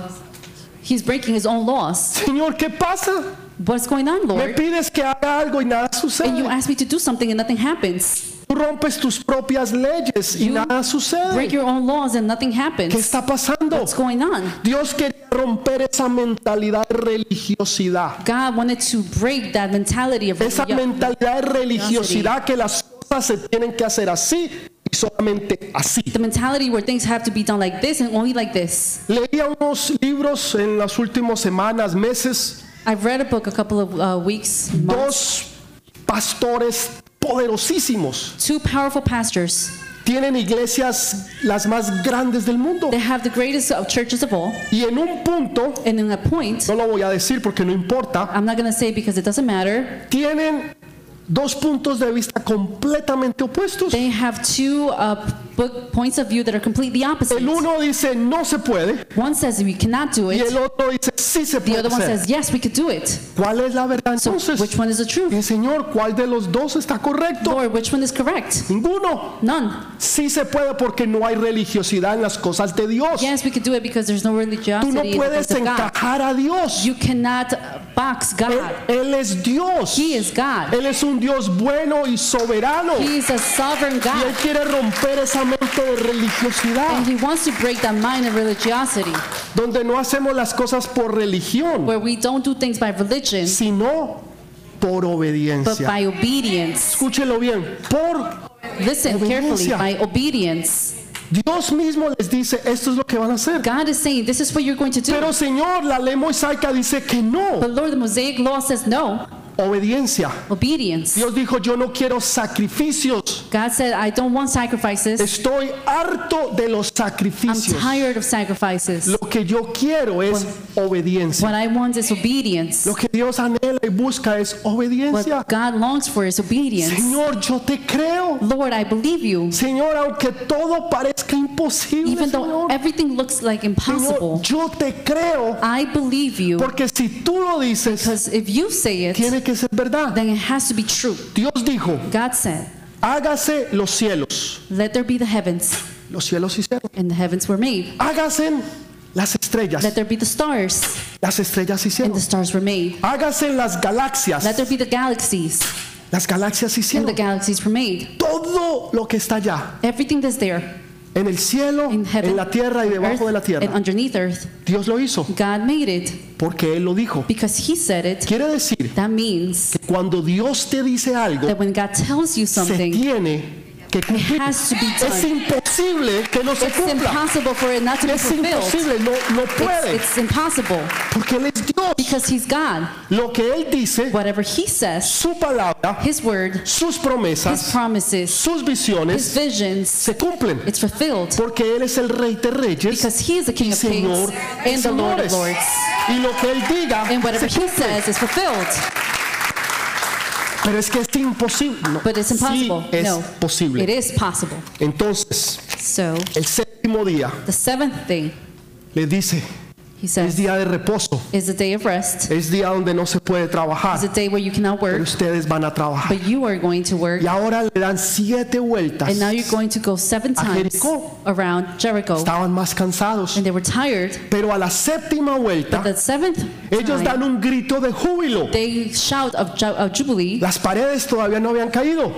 B: he's breaking his own laws.
A: Señor, ¿qué pasa?
B: What's going on,
A: Me
B: Lord?
A: pides que haga algo y nada
B: And you
A: sucede.
B: ask me to do something and nothing happens.
A: Tú rompes tus propias leyes y
B: You
A: nada sucede.
B: Break your own laws and nothing
A: ¿Qué
B: happens.
A: está pasando?
B: What's going on?
A: Dios quería romper esa mentalidad de religiosidad.
B: God wanted to break that mentality of
A: Esa
B: religion.
A: mentalidad de religiosidad que las cosas se tienen que hacer así y solamente así.
B: the mentality where things have to be done like this and only like this.
A: Leía unos libros en las últimas semanas, meses,
B: I've read a book a couple of uh, weeks. months.
A: dos pastores poderosísimos.
B: Two powerful pastors.
A: Tienen iglesias las más grandes del mundo.
B: They have the greatest of churches of all.
A: Y en un punto,
B: And in a point,
A: no lo voy a decir porque no importa,
B: I'm not going to say because it doesn't matter.
A: tienen dos puntos de vista completamente opuestos.
B: They have two uh, book points of view that are completely opposite.
A: El uno dice no se puede
B: One says we cannot do
A: y
B: it.
A: el otro dice sí
B: The
A: se puede.
B: other one
A: hacer".
B: says yes, we could do it.
A: ¿Cuál es la verdad
B: So
A: entonces?
B: which one is the truth?
A: El Señor, ¿cuál de los dos está correcto?
B: Lord, which one is correct?
A: Ninguno.
B: None.
A: Sí se puede porque no hay religiosidad en las cosas de Dios.
B: Yes, we could do it because there's no religiosity
A: Tú no
B: in the
A: puedes
B: things of God.
A: encajar Eh. a Dios.
B: You cannot box
A: Él,
B: God.
A: Él es Dios.
B: He is God.
A: Él es un Dios bueno y soberano. Y
B: He is a soverein
A: Él
B: God.
A: quiere romper esa mente de religiosidad
B: And he wants to break that mind of religiosity
A: donde no hacemos las cosas por religión,
B: where we don't do things by religion
A: sino por
B: but
A: obediencia.
B: by obedience.
A: Escúchelo bien. Por
B: Listen carefully
A: Obediencia.
B: by obedience.
A: Dios mismo les dice, esto es lo que van a hacer.
B: God is saying, This is what you're going to do.
A: Pero Señor, la ley mosaica dice que no.
B: But Lord, the Mosaic law says no.
A: Obediencia.
B: Obedience.
A: Dios dijo, yo no quiero sacrificios.
B: God said, I don't want sacrifices.
A: Estoy harto de los
B: I'm
A: sacrificios.
B: tired of sacrifices.
A: Lo que yo quiero es obediencia.
B: What I want is obedience.
A: Lo que Dios anhela y busca es obediencia.
B: What God longs for is obedience.
A: Señor, yo te creo.
B: Lord, I believe you.
A: Señor, aunque todo parezca imposible,
B: Even though
A: Señor,
B: everything looks like
A: Señor,
B: impossible,
A: yo te creo.
B: I believe you.
A: Porque si tú lo dices,
B: Because if you say it,
A: tiene que que ser verdad.
B: then it has to be true.
A: Dios dijo,
B: God said,
A: hágase los cielos.
B: Let there be the heavens,
A: Los cielos se hicieron.
B: and the heavens were made.
A: Hágase las estrellas.
B: Let there be the stars,
A: Las estrellas se
B: and
A: hicieron.
B: the stars were made.
A: Hágase las galaxias.
B: Let there be the galaxies,
A: Las galaxias se
B: and the
A: hicieron.
B: galaxies were made.
A: Todo lo que está allá,
B: Everything that's there,
A: en el cielo,
B: In heaven,
A: en la tierra y
B: earth
A: debajo de la
B: and
A: tierra.
B: underneath earth,
A: Dios lo hizo
B: God made it
A: porque Él lo dijo.
B: because He said it.
A: Quiere decir,
B: That means
A: cuando Dios te dice algo,
B: that when God tells you
A: se
B: something,
A: tiene que cumplir.
B: has to be
A: Es
B: done.
A: imposible que no se
B: it's
A: cumpla.
B: impossible for it not to be
A: Es
B: fulfilled.
A: imposible, no, no
B: It's,
A: puede,
B: it's impossible
A: porque Él es Dios.
B: because He's God.
A: Lo que Él dice,
B: Whatever He says,
A: su palabra,
B: His word,
A: sus
B: His
A: promesas,
B: promises,
A: sus
B: His
A: visiones
B: visions,
A: se cumplen,
B: it's fulfilled
A: porque Él es el Rey de Reyes
B: because He is the King
A: y
B: of Kings
A: Señor de
B: and the Lord of
A: señores.
B: Lords.
A: Y lo que Él diga,
B: And whatever
A: se
B: He
A: cumple.
B: says is fulfilled.
A: Pero es que es imposible. No,
B: But it's impossible.
A: Sí es
B: no,
A: posible.
B: it is possible.
A: Entonces,
B: So
A: el séptimo día
B: the seventh day,
A: le dice,
B: He
A: es
B: says,
A: día de reposo,
B: is a day of rest.
A: es día donde no se puede
B: It's a
A: trabajar,
B: day where you cannot
A: pero
B: work,
A: ustedes van a trabajar.
B: but you are going to work.
A: Y ahora le dan siete vueltas.
B: And now you're going to go seven
A: A
B: times
A: Jericó.
B: around Jericho.
A: Estaban más cansados.
B: And they were tired.
A: Pero a la séptima vuelta,
B: The seventh
A: ellos
B: time,
A: dan un grito de júbilo.
B: they shout of, ju- of jubilee,
A: Las paredes todavía no habían caído.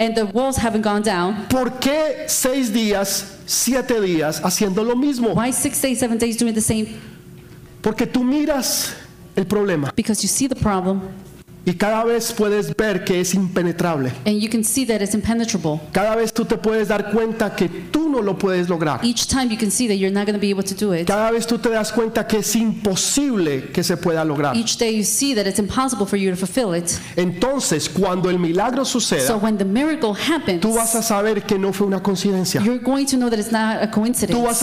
B: and the walls haven't gone down.
A: ¿Por qué seis días, siete días haciendo lo mismo?
B: Why six days, seven days doing the same?
A: Porque tú miras el problema
B: Because you see the problem,
A: y cada vez puedes ver que es impenetrable.
B: and you can see that it's impenetrable.
A: Cada vez tú te puedes dar cuenta que tú no lo puedes lograr.
B: Each time you can see that you're not going to be able to do it.
A: Cada vez tú te das cuenta que es imposible que se pueda lograr.
B: Each day you see that it's impossible for you to fulfill it.
A: Entonces, cuando el milagro
B: So
A: suceda,
B: when the miracle happens,
A: tú vas a saber que no fue una coincidencia.
B: you're going to know that it's not a
A: Tú vas a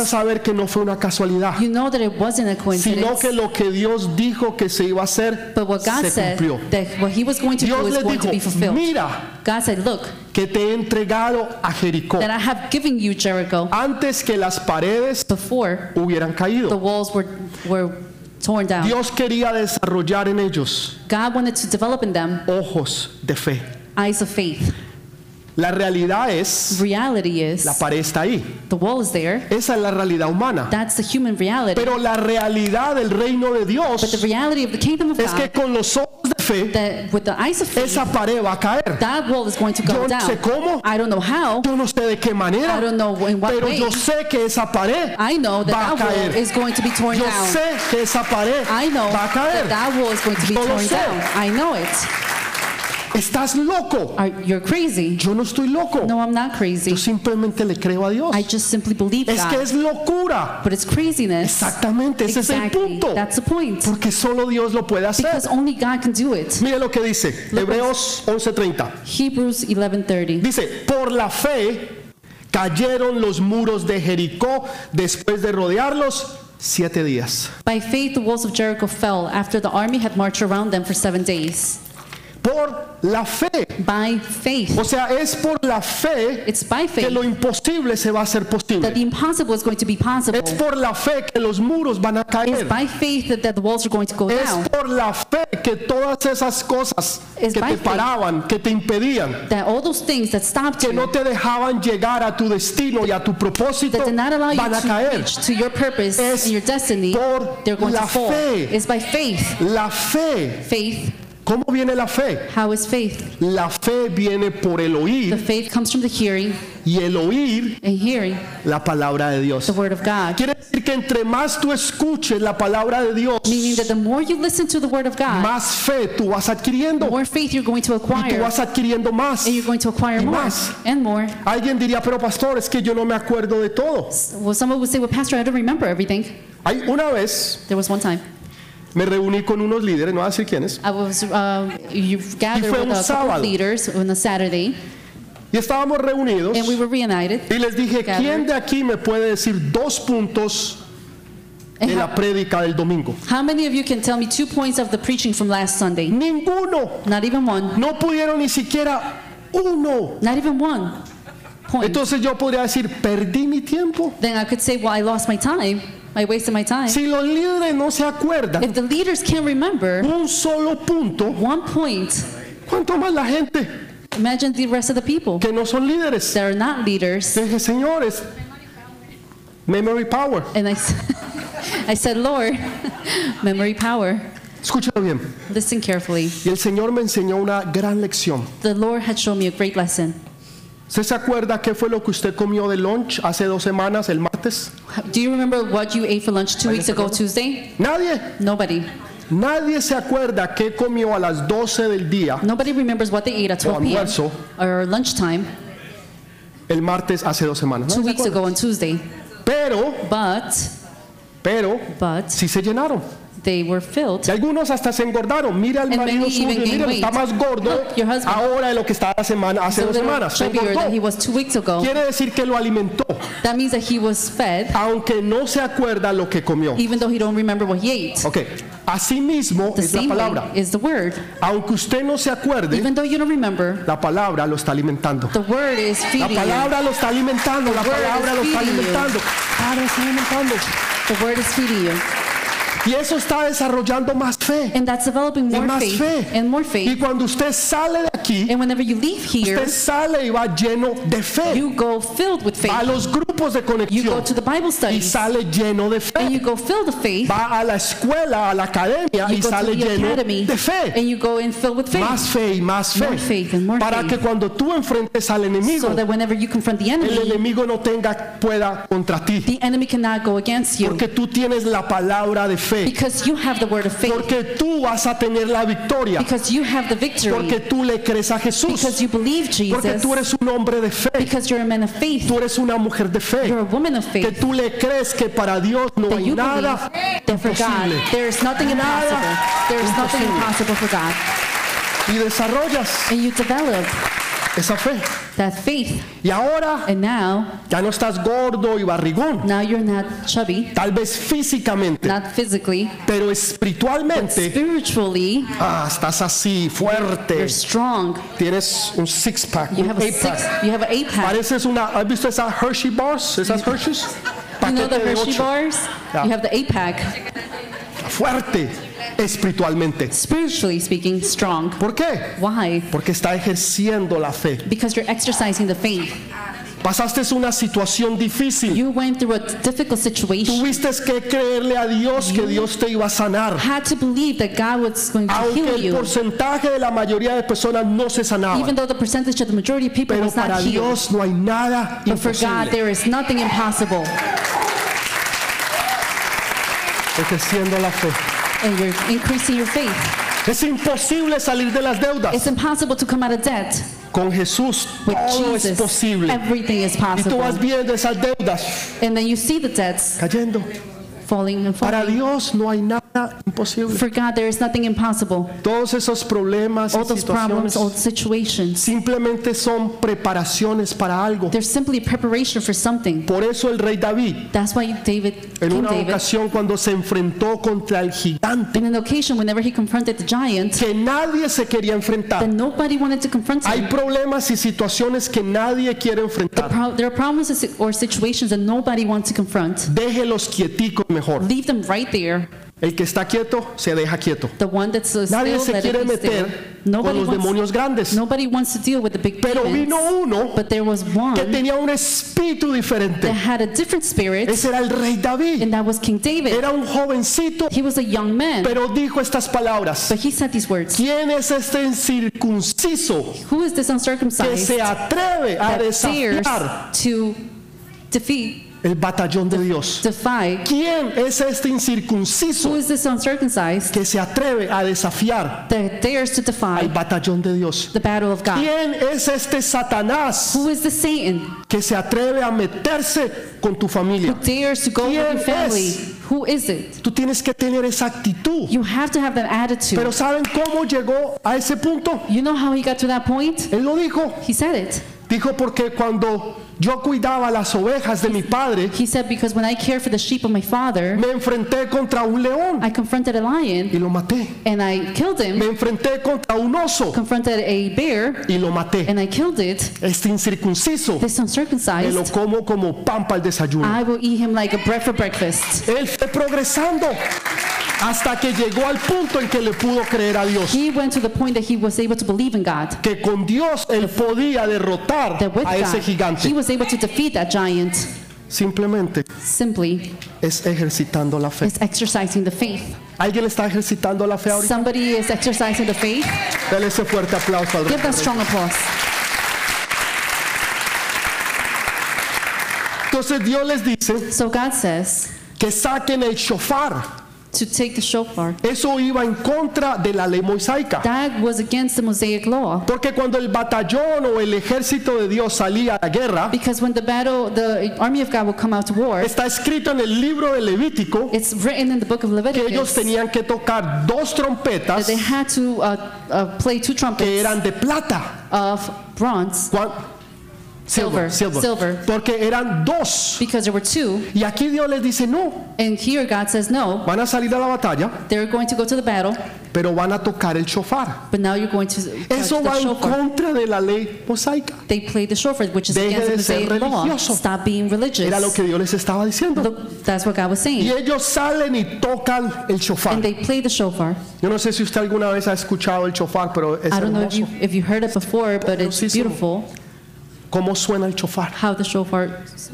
B: coincidence.
A: saber que no fue una casualidad,
B: You know that it wasn't a
A: sino
B: coincidence.
A: que lo que Dios dijo que se iba a hacer
B: But what God
A: se
B: said,
A: cumplió.
B: that what he was going to do
A: Dios
B: is
A: les
B: going to be
A: dijo,
B: fulfilled.
A: mira
B: God said, look,
A: que te he entregado a Jericó
B: that I have given you Jericho
A: antes que las paredes
B: before
A: hubieran
B: the
A: caído.
B: walls were, were torn down.
A: Dios quería desarrollar en ellos
B: God wanted to develop in them
A: ojos de fe.
B: eyes of faith.
A: La realidad es,
B: Reality is
A: la pared está ahí.
B: the wall is there.
A: Esa es la realidad humana.
B: That's the human reality.
A: Pero la realidad del reino de
B: But the
A: Dios
B: reality of the kingdom of
A: es que
B: God,
A: con los ojos de fe,
B: that with the eyes of faith,
A: esa pared va a caer.
B: that wall is going to go
A: Yo no sé
B: down.
A: cómo,
B: I don't know how.
A: yo no sé de qué
B: I
A: manera,
B: don't know in what
A: pero
B: way.
A: yo sé que esa pared
B: I know
A: va a
B: that that wall
A: caer.
B: is going to be torn
A: Yo
B: down.
A: sé que esa pared
B: I know
A: va a
B: that
A: caer.
B: that wall is going to be
A: Yo lo
B: torn
A: sé.
B: down. I know it.
A: Estás loco.
B: Are, you're crazy.
A: Yo no estoy loco.
B: No, I'm not
A: Yo
B: crazy.
A: simplemente le creo a Dios.
B: I just simply believe
A: Es que
B: God.
A: es locura.
B: But it's craziness.
A: Exactamente, ese es el
B: Exactly.
A: punto.
B: That's the point.
A: Porque solo Dios lo puede hacer.
B: Because only God can do it.
A: Mire lo que dice Hebreos 11:30.
B: Hebrews 11:30.
A: Dice, por la fe cayeron los muros de Jericó después de rodearlos siete días.
B: By faith the walls of Jericho fell after the army had marched around them for 7 days.
A: Por la fe.
B: By faith.
A: O sea, es por la fe
B: It's by
A: que
B: faith
A: lo imposible se va a hacer posible.
B: that the impossible is going to be possible.
A: Es por la fe que los muros van a caer.
B: By faith that, that the walls are going to go down.
A: Es por la fe que todas esas cosas que
B: Es by
A: te
B: faith.
A: paraban, que te impedían,
B: That all those things that stopped
A: que no
B: you,
A: te dejaban llegar a tu destino y a tu propósito,
B: that did not allow
A: van
B: you
A: a
B: to
A: caer.
B: reach to your purpose
A: Es
B: and your destiny,
A: por
B: they're going
A: la
B: to fall.
A: fe.
B: It's by faith.
A: La fe,
B: Faith.
A: ¿cómo viene la fe?
B: How is faith?
A: La fe viene por el
B: The
A: oír
B: faith comes from the hearing,
A: y el oír
B: and hearing
A: la palabra de
B: the
A: Dios.
B: word of God.
A: Quiere decir que entre más tú escuches la palabra de Dios,
B: Meaning that the more you listen to the word of God,
A: más fe tú vas
B: the
A: adquiriendo
B: more faith you're going to
A: y tú
B: acquire,
A: vas adquiriendo más.
B: and you're going to acquire
A: y
B: more
A: más.
B: and more.
A: Alguien diría, pero pastor, es que yo no me acuerdo de todo.
B: Well, someone would say, "Well, Pastor, I don't remember everything."
A: Hay una vez
B: There was one time
A: me reuní con unos líderes, no voy a decir quiénes,
B: I was uh, you gathered
A: fue
B: with
A: un
B: a couple
A: sábado.
B: of leaders on a Saturday,
A: y estábamos reunidos
B: and we
A: y
B: were reunited.
A: les dije,
B: Gathered.
A: ¿quién de aquí me puede decir dos puntos
B: And
A: de
B: how,
A: la prédica del domingo?
B: how many of you can tell me two points of the preaching from last Sunday?
A: Ninguno.
B: Not even one.
A: No pudieron ni siquiera uno.
B: Not even one point.
A: Entonces yo podría decir, perdí mi tiempo.
B: then I could say, "Well, I lost my time." I wasted my time.
A: Si los líderes no se acuerdan
B: If the leaders can't remember
A: un solo punto,
B: one point,
A: ¿cuánto más la gente
B: imagine the rest of the people
A: que no son líderes?
B: that are not leaders.
A: Dije, señores, memory power.
B: And I, s- I said, Lord, memory power.
A: Escúchalo bien.
B: Listen carefully.
A: Y el Señor me enseñó una gran lección.
B: The Lord had shown me a great lesson.
A: ¿Usted se acuerda qué fue lo que usted comió de lunch hace dos semanas, el martes?
B: Do you remember what you ate for lunch two weeks ago, Tuesday?
A: Nadie.
B: Nobody.
A: Nadie se acuerda qué comió a las 12 del día
B: Nobody remembers what they ate at 12 p.m.
A: almuerzo.
B: or lunchtime
A: el martes hace dos semanas.
B: two
A: Nadie se
B: weeks ago on Tuesday.
A: acuerda. Pero,
B: But,
A: pero,
B: but
A: sí se llenaron.
B: they were filled.
A: Y algunos hasta se engordaron. Mira al
B: And
A: marido
B: many
A: suyo,
B: even gained
A: mira, está
B: weight.
A: más gordo
B: Look, your husband.
A: ahora de lo que estaba la semana, hace
B: So
A: dos
B: little
A: semanas. Se
B: chubbier than he
A: engordó.
B: was two weeks ago.
A: Quiere decir que lo alimentó,
B: That means that he was fed,
A: aunque no se acuerda lo que comió.
B: even though he don't remember what he ate.
A: Ok, asimismo
B: The
A: es la
B: same way
A: palabra.
B: is the word.
A: Aunque usted no se acuerde,
B: Even though you don't remember,
A: la palabra lo está alimentando.
B: the word is
A: La
B: feeding you.
A: palabra lo está alimentando, la
B: The word
A: palabra
B: is
A: lo está
B: feeding you.
A: alimentando. Ahora está alimentando.
B: The word is feeding you.
A: Y eso está desarrollando más fe.
B: And that's developing
A: Y
B: more
A: más
B: faith
A: fe.
B: and more
A: Y
B: faith.
A: cuando usted sale de aquí,
B: And whenever you leave here,
A: usted sale y va lleno de fe.
B: you go filled with
A: Va a
B: faith.
A: los grupos de
B: You go
A: conexión
B: to the Bible
A: y
B: studies
A: sale lleno de
B: and
A: fe.
B: you go filled with faith.
A: Va a la escuela, a la academia
B: You
A: y
B: go to
A: sale
B: the
A: lleno
B: academy
A: de fe.
B: and you go in filled with faith.
A: Más fe y más
B: More
A: fe.
B: faith and more
A: Para
B: faith.
A: que cuando tú enfrentes al enemigo,
B: So that whenever you confront the
A: el
B: enemy,
A: enemigo no tenga pueda contra ti.
B: the enemy cannot go against you
A: Porque tú tienes la palabra de fe.
B: because you have the word of faith,
A: Porque tú vas a tener la victoria.
B: because you have the
A: Porque
B: victory,
A: tú le crees a Jesús.
B: because you believe
A: Porque
B: Jesus,
A: tú eres un hombre de fe.
B: because you're a man of faith,
A: Tú eres una mujer de fe.
B: you're a woman of
A: Que
B: faith,
A: tú le crees que para Dios no
B: that
A: hay
B: you
A: nada
B: believe that for God
A: imposible.
B: there is nothing impossible. There is nothing
A: imposible.
B: impossible for God.
A: Y desarrollas
B: And you develop
A: esa fe.
B: that faith.
A: Y ahora
B: And now,
A: ya no estás gordo y barrigón.
B: now you're not chubby,
A: Tal vez físicamente,
B: not physically,
A: pero espiritualmente.
B: spiritually,
A: Ah, estás así, fuerte.
B: you're strong.
A: Tienes un six pack,
B: You
A: un
B: have a
A: eight
B: six,
A: pack.
B: you have an eight pack.
A: Pareces una. ¿Has visto esas Hershey bars? ¿Esas Hershey's?
B: You know the
A: Paquete de
B: Hershey
A: ocho.
B: bars?
A: Yeah.
B: You have the eight pack.
A: Fuerte espiritualmente.
B: Spiritually speaking, strong.
A: ¿Por qué?
B: Why?
A: Porque está ejerciendo la fe.
B: Because you're exercising the faith.
A: Pasaste una situación difícil.
B: You went through a difficult situation.
A: Tuviste que creerle a Dios que Dios te iba a sanar.
B: Had to believe that God was going to
A: Aunque
B: heal
A: el
B: you,
A: porcentaje de la mayoría de personas no se sanaba.
B: even though the percentage of the majority of people
A: Pero
B: was not
A: para
B: healed.
A: Dios no hay nada
B: But for God,
A: imposible.
B: there is nothing impossible,
A: Ejerciendo la fe.
B: and you're increasing your faith.
A: Es imposible salir de las deudas.
B: It's impossible to come out of debt.
A: Con Jesús
B: With
A: todo es
B: Jesus,
A: posible.
B: everything is
A: Y tú
B: possible.
A: vas viendo esas deudas
B: And then you see the debts
A: cayendo.
B: falling and
A: Para
B: falling.
A: Dios no hay nada imposible.
B: For God, there is nothing impossible.
A: Todos esos problemas y
B: All those problems,
A: situaciones
B: all situations,
A: simplemente son preparaciones para algo.
B: they're simply preparation for something.
A: Por eso el rey David,
B: That's why David,
A: en
B: King
A: una
B: David,
A: ocasión cuando se enfrentó contra el gigante
B: in an occasion whenever he confronted the giant,
A: que nadie se quería enfrentar.
B: then nobody wanted to confront
A: Hay
B: him.
A: problemas y situaciones que nadie quiere
B: The
A: enfrentar.
B: pro- there are problems or situations that nobody wants to confront.
A: Déjelos quieticos mejor.
B: Leave them right there.
A: El que está quieto se deja quieto.
B: The one that's uh, still,
A: Nadie se
B: let it
A: quiere
B: be still.
A: meter con
B: Nobody
A: los
B: wants,
A: demonios grandes.
B: nobody wants to deal with the big
A: Pero vino
B: demons.
A: uno
B: But there was
A: que
B: one
A: tenía un espíritu
B: that
A: diferente.
B: had a different spirit,
A: Ese era el rey David.
B: and that was King David.
A: Era un jovencito,
B: He was a young man,
A: pero dijo estas palabras.
B: but he said these words.
A: ¿Quién es este incircunciso
B: Who is this
A: que
B: uncircumcised
A: se atreve
B: that
A: a
B: dares
A: desafiar
B: to defeat,
A: el batallón de Dios?
B: defy?
A: ¿Quién es este
B: Who
A: incircunciso
B: is this uncircumcised
A: que se atreve a desafiar
B: that dares to
A: al
B: defy
A: batallón de Dios?
B: the battle of God?
A: ¿Quién es este Satanás
B: Who is the Satan
A: que se atreve a meterse con tu familia?
B: who dares to go with
A: ¿Quién
B: your family?
A: es?
B: Who is it?
A: Tú tienes que tener esa actitud.
B: You have to have that attitude.
A: Pero ¿saben cómo llegó a ese punto?
B: you know how he got to that point?
A: Él lo dijo.
B: He said it.
A: Dijo porque cuando yo cuidaba las ovejas de mi padre,
B: He said, Because when I cared for the sheep of my father,
A: me enfrenté contra un león
B: I confronted a
A: y
B: lion
A: lo maté.
B: and I killed
A: Me
B: him,
A: enfrenté contra un oso
B: confronted a bear
A: y lo maté.
B: and I killed it.
A: Este incircunciso
B: This
A: me lo
B: uncircumcised,
A: como como pan para el desayuno.
B: I will eat him like a bread for breakfast.
A: Él fue progresando hasta que llegó al punto en que le pudo creer a Dios.
B: He went to the point that he was able to believe in God.
A: Que con Dios él podía derrotar
B: That with
A: a ese
B: God, he
A: gigante.
B: was able to defeat that giant.
A: Simplemente
B: Simply,
A: es ejercitando la fe.
B: it's exercising the faith.
A: ¿Alguien está ejercitando la fe ahorita?
B: Somebody is exercising the faith.
A: Dale ese fuerte aplauso al
B: Give
A: rey.
B: that strong applause.
A: Entonces Dios les dice
B: So God says
A: que saquen el shofar.
B: to take the shofar.
A: Eso iba en contra de la ley mosaica.
B: That was against the Mosaic law.
A: Porque cuando el batallón o el ejército de Dios salía a la guerra,
B: Because when the battle, the army of God will come out to war,
A: está escrito en el libro de Levítico
B: it's written in the book of
A: que
B: Leviticus
A: ellos tenían que tocar dos
B: that
A: trompetas
B: they had to uh, uh, play two
A: que
B: trumpets
A: eran de plata.
B: of bronze
A: Cuan-
B: Silver, silver.
A: Porque eran dos.
B: because there were two.
A: Y aquí Dios les dice, no,
B: And here God says, no,
A: van a salir a la batalla,
B: they're going to go to the battle,
A: pero van a tocar el shofar.
B: but now you're going to. uh,
A: Eso
B: the
A: va en
B: shofar.
A: contra de la ley mosaica.
B: They play the shofar, which is
A: Deje
B: against the
A: de ser
B: Mosaic law.
A: religioso.
B: Stop being religious.
A: Era lo que Dios les estaba diciendo.
B: Look, that's what God was
A: Y
B: saying.
A: ellos salen y tocan el
B: And
A: shofar.
B: they play the shofar.
A: Yo no sé si usted alguna vez ha escuchado el shofar, pero es
B: I don't know if you,
A: hermoso.
B: if you heard it before, but it's
A: Hermosísimo.
B: beautiful
A: ¿Cómo suena el shofar?
B: how the shofar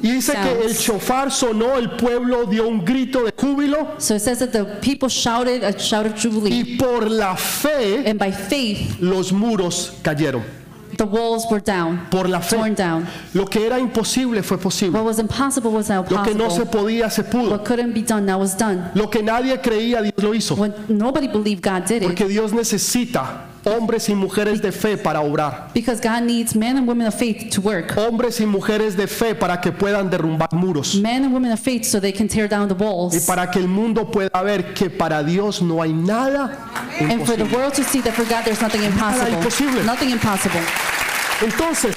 A: Y dice que el
B: sounds.
A: shofar sonó, el pueblo dio un grito de júbilo
B: So it says that the people shouted a shout of jubilee,
A: y por la fe
B: and by faith
A: los muros cayeron.
B: the walls were down,
A: Por la
B: torn
A: fe.
B: down.
A: Lo que era imposible fue posible.
B: What was impossible was now
A: Lo que no se
B: possible.
A: podía se pudo.
B: What couldn't be done now was done.
A: Lo que nadie creía Dios lo hizo.
B: When nobody believed God did it,
A: Porque Dios necesita hombres y mujeres de fe para obrar.
B: because God needs men and women of faith to work,
A: Hombres y mujeres de fe para que puedan derrumbar muros.
B: men and women of faith, so they can tear down the
A: Y
B: walls,
A: para que el mundo pueda ver que para Dios no hay nada
B: and for the
A: imposible.
B: world to see that for God there's nothing impossible.
A: imposible.
B: Nothing impossible.
A: Entonces,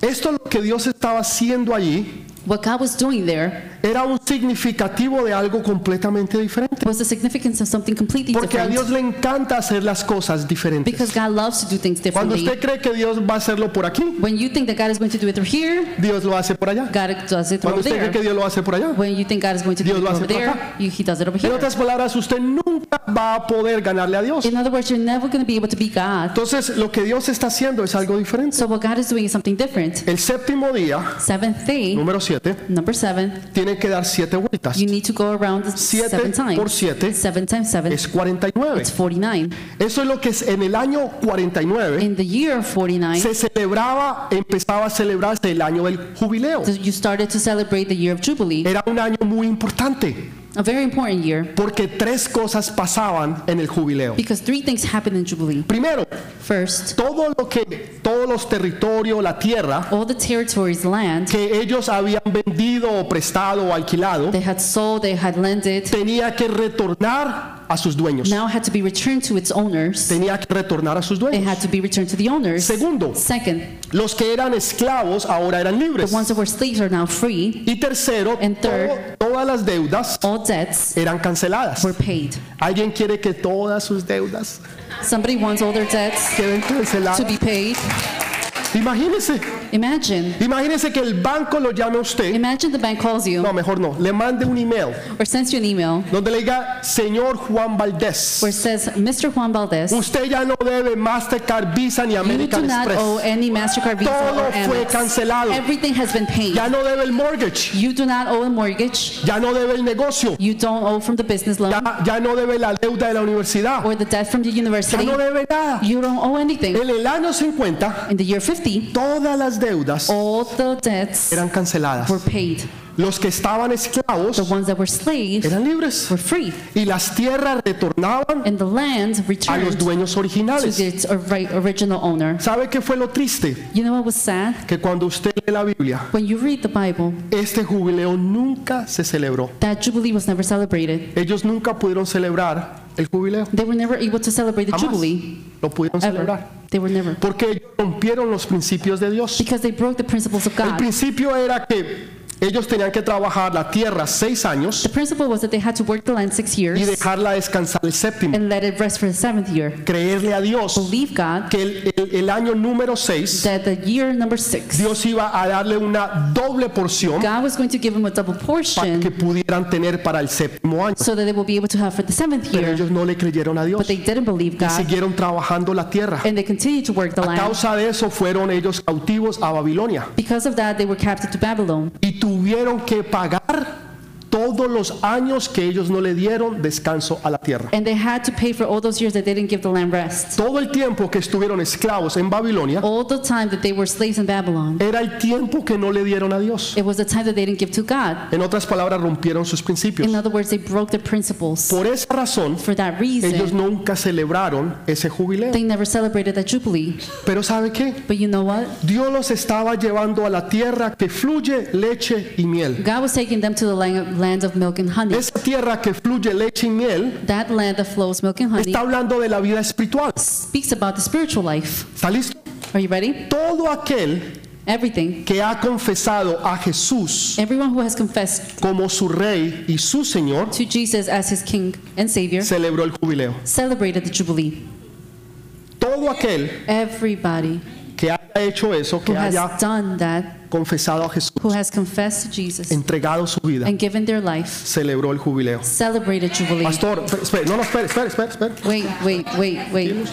A: esto lo que Dios estaba haciendo allí
B: What God was doing there
A: era un significativo de algo completamente diferente.
B: was the significance of something completely
A: Porque a Dios
B: different.
A: le encanta hacer las cosas diferentes.
B: Because God loves to do things
A: Cuando
B: differently.
A: usted cree que Dios va a hacerlo por aquí,
B: When you think that God is going to do it through here,
A: Dios lo hace por allá.
B: God does it
A: Cuando
B: over
A: usted cree que
B: there.
A: Dios lo hace por allá.
B: When you think God is going to
A: Dios
B: do
A: lo
B: it
A: hace
B: over
A: por
B: there,
A: acá.
B: you, He does it over
A: En
B: here.
A: otras palabras, usted nunca va a poder ganarle a Dios.
B: In other words, you're never going to be able to be God.
A: Entonces, lo que Dios está haciendo es algo diferente.
B: So what God is doing is something different.
A: El séptimo día,
B: Seventh day,
A: número 7,
B: number seven,
A: tiene que dar siete vueltas.
B: you need to go around
A: Siete
B: seven
A: por
B: times.
A: siete
B: Seven times seven.
A: es 49.
B: It's 49.
A: Eso es lo que es en el año 49
B: In the year of 49,
A: se celebraba, empezaba a celebrarse el año del jubileo.
B: you started to celebrate the year of Jubilee,
A: Era un año muy importante
B: a very important year,
A: porque tres cosas pasaban en el jubileo.
B: because three things happened in Jubilee.
A: Primero,
B: First,
A: todo lo que todos los territorios, la tierra
B: all the territories, land,
A: que ellos habían vendido o prestado o alquilado,
B: they had sold, they had landed,
A: tenía que retornar a sus dueños.
B: now had to be returned to its owners.
A: Tenía que retornar a sus
B: It
A: dueños.
B: had to be returned to the owners.
A: Segundo,
B: Second,
A: los que eran esclavos ahora eran
B: the
A: libres.
B: ones that were slaves are now free.
A: Y tercero,
B: And third,
A: todo- todas las deudas
B: All debts
A: eran canceladas.
B: were paid.
A: ¿Alguien quiere que todas sus deudas
B: Somebody wants all their debts
A: queden
B: to
A: canceladas?
B: be paid.
A: Imagínese,
B: Imagine,
A: imagínese que el banco lo llame a usted.
B: imagine the bank calls you
A: No, mejor no. Le mande un email
B: or sends you an email
A: donde le diga, señor Juan Valdés,
B: where it says, Mr. Juan Valdez,
A: usted ya no debe Mastercard, Visa ni
B: you do
A: American
B: not owe
A: Express.
B: any Mastercard, Visa,
A: Todo
B: or
A: fue
B: Amex.
A: cancelado.
B: Everything has been paid.
A: Ya no debe el mortgage.
B: You do not owe a mortgage.
A: Ya no debe el negocio.
B: You don't owe from the business loan
A: Ya, ya no debe la deuda de la universidad.
B: or the debt from the
A: Ya
B: university.
A: no debe nada.
B: You don't owe anything.
A: En el año 50,
B: In the year 50,
A: todas las deudas
B: all the debts
A: eran canceladas.
B: were paid.
A: Los que estaban
B: The
A: esclavos
B: ones that were slaves
A: eran libres
B: were free,
A: y las tierras retornaban
B: and the land
A: a los
B: returned to
A: dueños originales.
B: its ori- original owner.
A: ¿Sabe qué fue lo triste?
B: You know what was sad?
A: Que cuando usted lee la Biblia,
B: When you read the Bible,
A: este jubileo nunca se celebró.
B: that jubilee was never celebrated.
A: Ellos nunca pudieron celebrar el jubileo.
B: They were never able to celebrate the
A: Jamás
B: jubilee
A: lo pudieron
B: ever.
A: celebrar.
B: They were never.
A: porque ellos rompieron los principios de Dios.
B: Because they broke the principles of
A: El
B: God.
A: principio era que ellos tenían que trabajar la tierra seis
B: The
A: años
B: principle was that they had to work the land six
A: y
B: years
A: dejarla descansar el séptimo.
B: and let it rest for the seventh year.
A: Creerle a Dios
B: Believe God
A: que el, el- el año número seis
B: that the year number six,
A: Dios iba a darle una doble porción
B: God was going to give them a double
A: para que
B: portion
A: pudieran tener para el séptimo año.
B: so that they will be able to have for the seventh
A: Pero
B: year.
A: ellos no le creyeron a Dios
B: But they didn't believe
A: y
B: God
A: siguieron trabajando la tierra.
B: and they continued to work the
A: A
B: land.
A: causa de eso fueron ellos cautivos a Babilonia
B: Because of that, they were captive to Babylon
A: y tuvieron que pagar todos los años que ellos no le dieron descanso a la tierra.
B: and they had to pay for all those years that they didn't give the land rest.
A: Todo el tiempo que estuvieron esclavos en Babilonia
B: All the time that they were slaves in Babylon,
A: era el tiempo que no le dieron a Dios.
B: it was the time that they didn't give to God.
A: En otras palabras, rompieron sus principios.
B: In other words, they broke their principles.
A: Por esa razón,
B: For that
A: ellos
B: reason,
A: nunca celebraron ese jubileo.
B: they never celebrated that Jubilee.
A: Pero ¿sabe qué?
B: But you know what?
A: Dios los estaba llevando a la tierra que fluye leche y miel.
B: God was taking them to the land of, land of milk and honey.
A: Esa tierra que fluye leche y miel
B: That land that flows milk and honey
A: está hablando de la vida espiritual.
B: speaks about the spiritual life.
A: ¿Está listo?
B: Are you ready?
A: Todo aquel
B: Everything.
A: que ha confesado a Jesús
B: Everyone who has confessed
A: como su rey y su señor
B: to Jesus as his king and savior
A: celebró el jubileo.
B: celebrated the Jubilee.
A: Todo aquel
B: Everybody
A: que haya hecho eso,
B: who
A: que
B: has
A: haya
B: done that,
A: confesado a Jesús,
B: who has confessed to Jesus
A: entregado su vida,
B: and given their life,
A: celebró el jubileo.
B: celebrated Jubilee.
A: Pastor, espere, espere, no, no, espere, espere, espere, espere.
B: Wait, wait, wait, wait.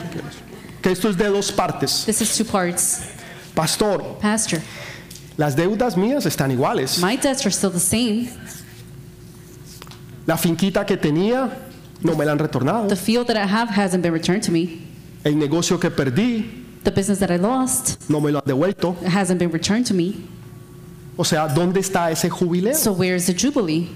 A: Que esto es de dos partes.
B: This is two parts.
A: Pastor,
B: Pastor,
A: las deudas mías están iguales.
B: my debts are still the same.
A: La finquita que tenía no me la han retornado.
B: The field that I have hasn't been returned to me.
A: El negocio que perdí
B: The business that I lost
A: no me lo han devuelto.
B: hasn't been returned to me.
A: O sea, ¿dónde está ese jubileo?
B: So where is the Jubilee?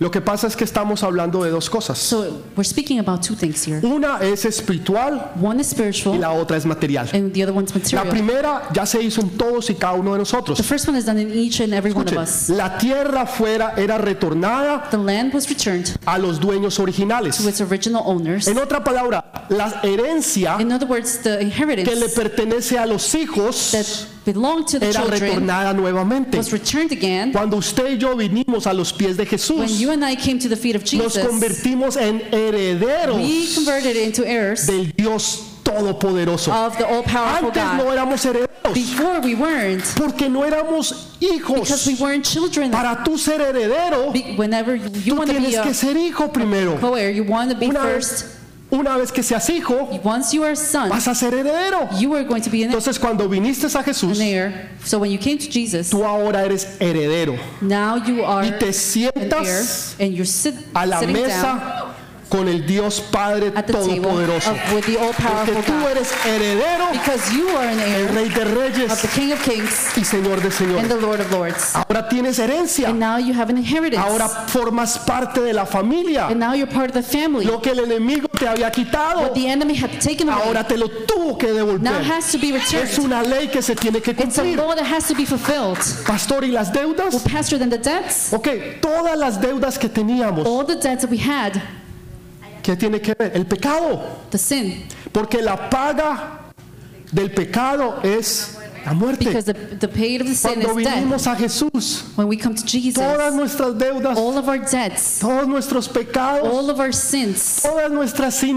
A: Lo que pasa es que estamos hablando de dos cosas.
B: So we're speaking about two things here.
A: Una es espiritual
B: One is
A: y
B: spiritual
A: la otra es material.
B: and the other one's
A: La
B: material.
A: primera ya se hizo en todos y cada uno
B: The
A: de nosotros.
B: first one is done in each and every one of
A: Escuche,
B: us.
A: la tierra fuera era retornada
B: The land was returned
A: a los dueños
B: to
A: originales.
B: its original owners.
A: En otra palabra, la herencia
B: In other words, the
A: que le
B: inheritance
A: pertenece a los hijos
B: that belonged to the
A: era
B: children
A: retornada nuevamente.
B: was returned again.
A: Cuando usted y yo vinimos a los pies de
B: When
A: Jesús,
B: you and I came to the feet of
A: nos
B: Jesus,
A: convertimos en
B: we
A: herederos
B: converted into heirs
A: del Dios Todopoderoso.
B: of the all-powerful
A: Antes no
B: God.
A: éramos herederos
B: Before we weren't,
A: porque no éramos
B: because we
A: hijos.
B: weren't children.
A: Para tú ser heredero,
B: Be- Whenever you
A: tú
B: want to be
A: tienes
B: a
A: que ser hijo primero.
B: co-heir, you want to be
A: Una
B: first.
A: vez, una vez que seas hijo,
B: Once you are a son,
A: vas a ser heredero.
B: you are going to be an
A: Entonces, cuando viniste a Jesús,
B: heir. So when you came to Jesus,
A: tú ahora eres heredero
B: now you are
A: y te
B: an heir,
A: sientas
B: and you're sit,
A: a la
B: sitting down
A: mesa con el Dios Padre
B: at the table
A: Todopoderoso.
B: of, with the all-powerful
A: Porque tú
B: God,
A: eres heredero,
B: because you are an
A: el
B: heir
A: Rey de
B: of
A: Reyes
B: the King of Kings
A: y Señor de
B: and the
A: Señores.
B: Lord of Lords.
A: Ahora tienes herencia.
B: And now you have an inheritance.
A: Ahora formas parte de la familia.
B: and now you're part of the family.
A: Lo que el enemigo te había quitado,
B: what the enemy had taken away
A: ahora te lo tuvo que
B: now
A: devolver.
B: has to be returned.
A: Es una ley que se tiene que
B: It's a
A: cumplir.
B: law that has to be fulfilled.
A: Pastor, ¿y las deudas?
B: Pastor, than the debts,
A: Ok, todas las deudas que teníamos,
B: all the debts that we had,
A: ¿qué tiene que ver? El pecado.
B: the sin,
A: Porque la paga del pecado es la muerte.
B: because the, the paid of the sin
A: Cuando
B: is death.
A: vinimos a Jesús,
B: When we come to
A: todas
B: Jesus,
A: nuestras deudas,
B: all of our debts,
A: todos nuestros pecados,
B: all of our sins,
A: todas nuestras
B: all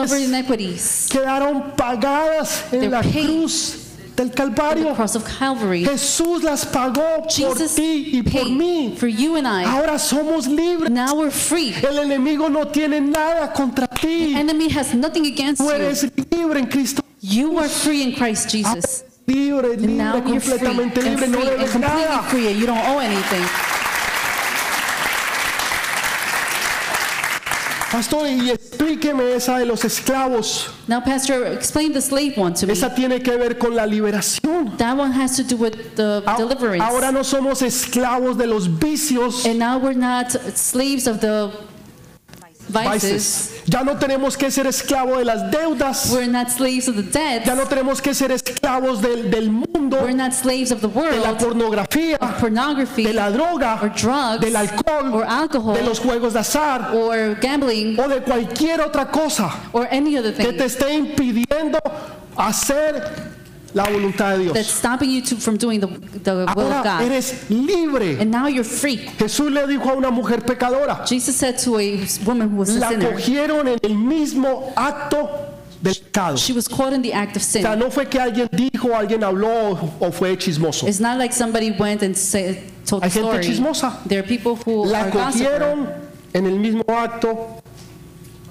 B: of our
A: iniquidades
B: iniquities,
A: quedaron pagadas en
B: They're
A: la
B: paid.
A: cruz del
B: on the
A: Calvario.
B: cross of Calvary,
A: Jesús las pagó por
B: Jesus
A: ti y por
B: paid
A: mí.
B: for you and I.
A: Ahora somos libres.
B: Now we're free.
A: El enemigo no tiene nada contra ti.
B: Enemy has nothing against
A: Tú
B: you.
A: eres libre en Cristo.
B: You are free in Christ Jesus.
A: Libre,
B: Now
A: libre,
B: you're free and free and
A: completamente libre, no debes
B: completely
A: nada.
B: free. and You don't owe anything.
A: Pastor, y explíqueme esa de los esclavos.
B: Now, Pastor, explain the slave one to me.
A: Esa tiene que ver con la liberación.
B: That one has to do with the
A: A-
B: deliverance.
A: Ahora no somos esclavos de los vicios,
B: And now we're not slaves of the vices.
A: vices. Ya no tenemos que ser esclavos de las deudas.
B: We're not slaves of the
A: Ya
B: dead.
A: no tenemos que ser esclavos del, del mundo,
B: We're not slaves of the
A: de la
B: world,
A: pornografía,
B: of pornography,
A: de la
B: or
A: droga,
B: drugs,
A: del
B: or
A: alcohol,
B: alcohol,
A: de los juegos de azar
B: or gambling,
A: o de cualquier otra cosa
B: or any other
A: que
B: thing
A: te esté impidiendo hacer la voluntad de
B: that's
A: Dios.
B: stopping you to, from doing the, the will of
A: Ahora
B: God.
A: eres libre.
B: And now you're free.
A: Jesús le dijo a una mujer pecadora,
B: Jesus said to a woman who was a
A: la
B: sinner,
A: cogieron en el mismo acto del pecado.
B: she was caught in the act of
A: O sea,
B: sin.
A: no fue que alguien dijo, alguien habló o- o fue chismoso.
B: It's not like somebody went and said, told
A: Hay
B: the
A: gente
B: story.
A: chismosa.
B: There are people who
A: La
B: are gossipers.
A: cogieron en el mismo acto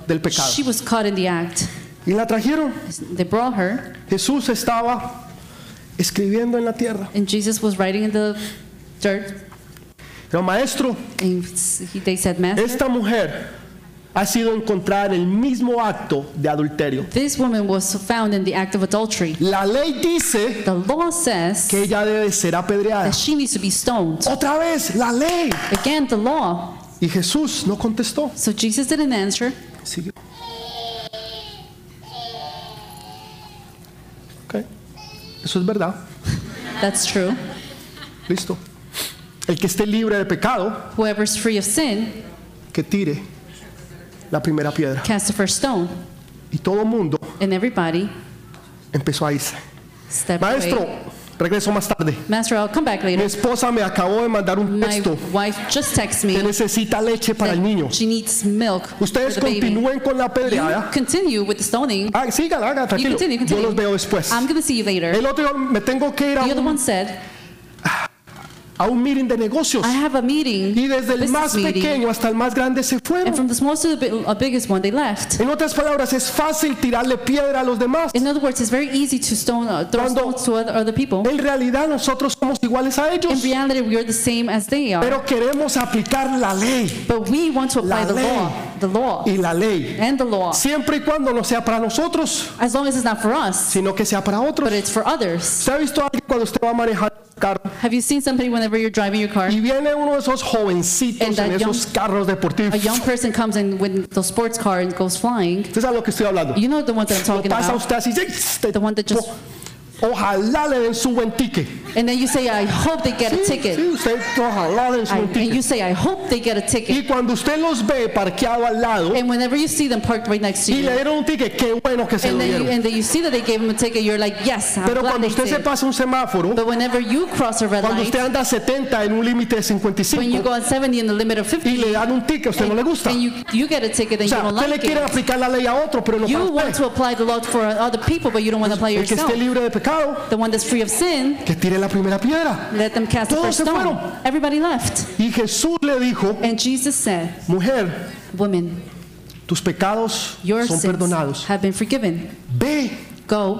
A: del pecado.
B: She was caught in the act.
A: Y la trajeron.
B: They brought her,
A: Jesús estaba escribiendo en la tierra.
B: and Jesus was writing in the dirt.
A: Pero maestro,
B: And he, they said, Master,
A: esta mujer ha sido encontrada en el mismo acto de adulterio.
B: this woman was found in the act of adultery.
A: La ley dice
B: The law says
A: que ella debe ser apedreada.
B: that she needs to be stoned.
A: Otra vez, la ley.
B: Again, the law.
A: Y Jesús no contestó.
B: So Jesus didn't answer.
A: Siguió. Ok. Eso es verdad.
B: That's true.
A: Listo. El que esté libre de pecado,
B: Whoever's free of sin,
A: que tire la primera piedra.
B: cast the first stone.
A: Y todo el mundo
B: And everybody
A: empezó a irse.
B: stepped
A: Maestro,
B: away.
A: regreso más tarde.
B: Master, I'll come back
A: Mi
B: later.
A: esposa me acabó de mandar un
B: My
A: texto
B: wife just texted me
A: que necesita leche para el
B: that
A: niño.
B: she needs milk for
A: Ustedes
B: the baby.
A: continúen con la
B: You
A: pedreada.
B: continue with the stoning.
A: Ah, sigan, hagan,
B: You
A: tranquilo.
B: continue,
A: Yo
B: continue.
A: los veo después.
B: I'm going to see you later.
A: El otro, me tengo que ir a
B: The other
A: un,
B: one said,
A: a un meeting de negocios.
B: I have a meeting,
A: Y desde el
B: business
A: más
B: meeting,
A: pequeño hasta el más grande se
B: and
A: fueron.
B: from the smallest to the big, uh, biggest one, they left.
A: En otras palabras, es fácil tirarle piedra a los demás.
B: In other words, it's very easy to stone, uh, throw
A: Cuando-
B: stones to other, other people.
A: En realidad nosotros somos iguales a
B: In
A: ellos,
B: reality, we are the same as they are,
A: pero queremos aplicar la ley
B: but we want to apply
A: La
B: the
A: ley.
B: law, the law,
A: y la ley,
B: and the law,
A: siempre y cuando no sea para nosotros,
B: as long as it's not for us,
A: sino que sea para otros.
B: but it's for others.
A: ¿Usted ha visto a alguien cuando usted va a manejar un carro
B: Have you seen somebody whenever you're driving your car,
A: y viene uno de esos jovencitos
B: And that
A: en esos carros deportivos?
B: a young person comes in with the sports car and goes flying?
A: Usted sabe lo que estoy hablando.
B: You know the one that I'm
A: Lo
B: talking
A: pasa a
B: about.
A: usted así, este
B: The one that just-
A: tipo, ojalá le den su buen ticket.
B: And then you say, I hope they get a
A: Sí,
B: ticket.
A: usted ojalá le den su
B: I-
A: buen
B: and you
A: ticket.
B: say, I hope they get a ticket.
A: Y cuando usted los ve parqueado al lado
B: And whenever you see them parked right next to
A: y le
B: you,
A: dieron un ticket, qué bueno que se lo
B: and then, you,
A: dieron.
B: and then you see that they gave him a ticket, you're like, yes, I'm
A: Pero
B: glad
A: cuando
B: they
A: usted se
B: did.
A: pasa un semáforo,
B: But whenever you cross a red
A: cuando
B: light,
A: usted anda a 70 en un límite de
B: when you
A: 55
B: go on 70 and the limit of
A: y
B: 50,
A: le dan un ticket, a usted no le gusta.
B: and
A: O
B: you, you get a ticket and you
A: sea,
B: don't
A: usted le
B: like
A: quiere
B: it,
A: aplicar la ley a otro, pero no
B: you
A: para
B: want
A: usted.
B: to apply the law for other people, but you don't want to apply
A: El que
B: yourself.
A: esté libre de pecado,
B: The one that's free of sin,
A: que tire la primera piedra.
B: let them cast the
A: Todos
B: first
A: se
B: stone.
A: fueron.
B: Everybody left.
A: Y Jesús le dijo,
B: And Jesus said,
A: mujer,
B: Woman,
A: tus pecados
B: your
A: son
B: sins
A: perdonados.
B: have been forgiven.
A: Ve
B: Go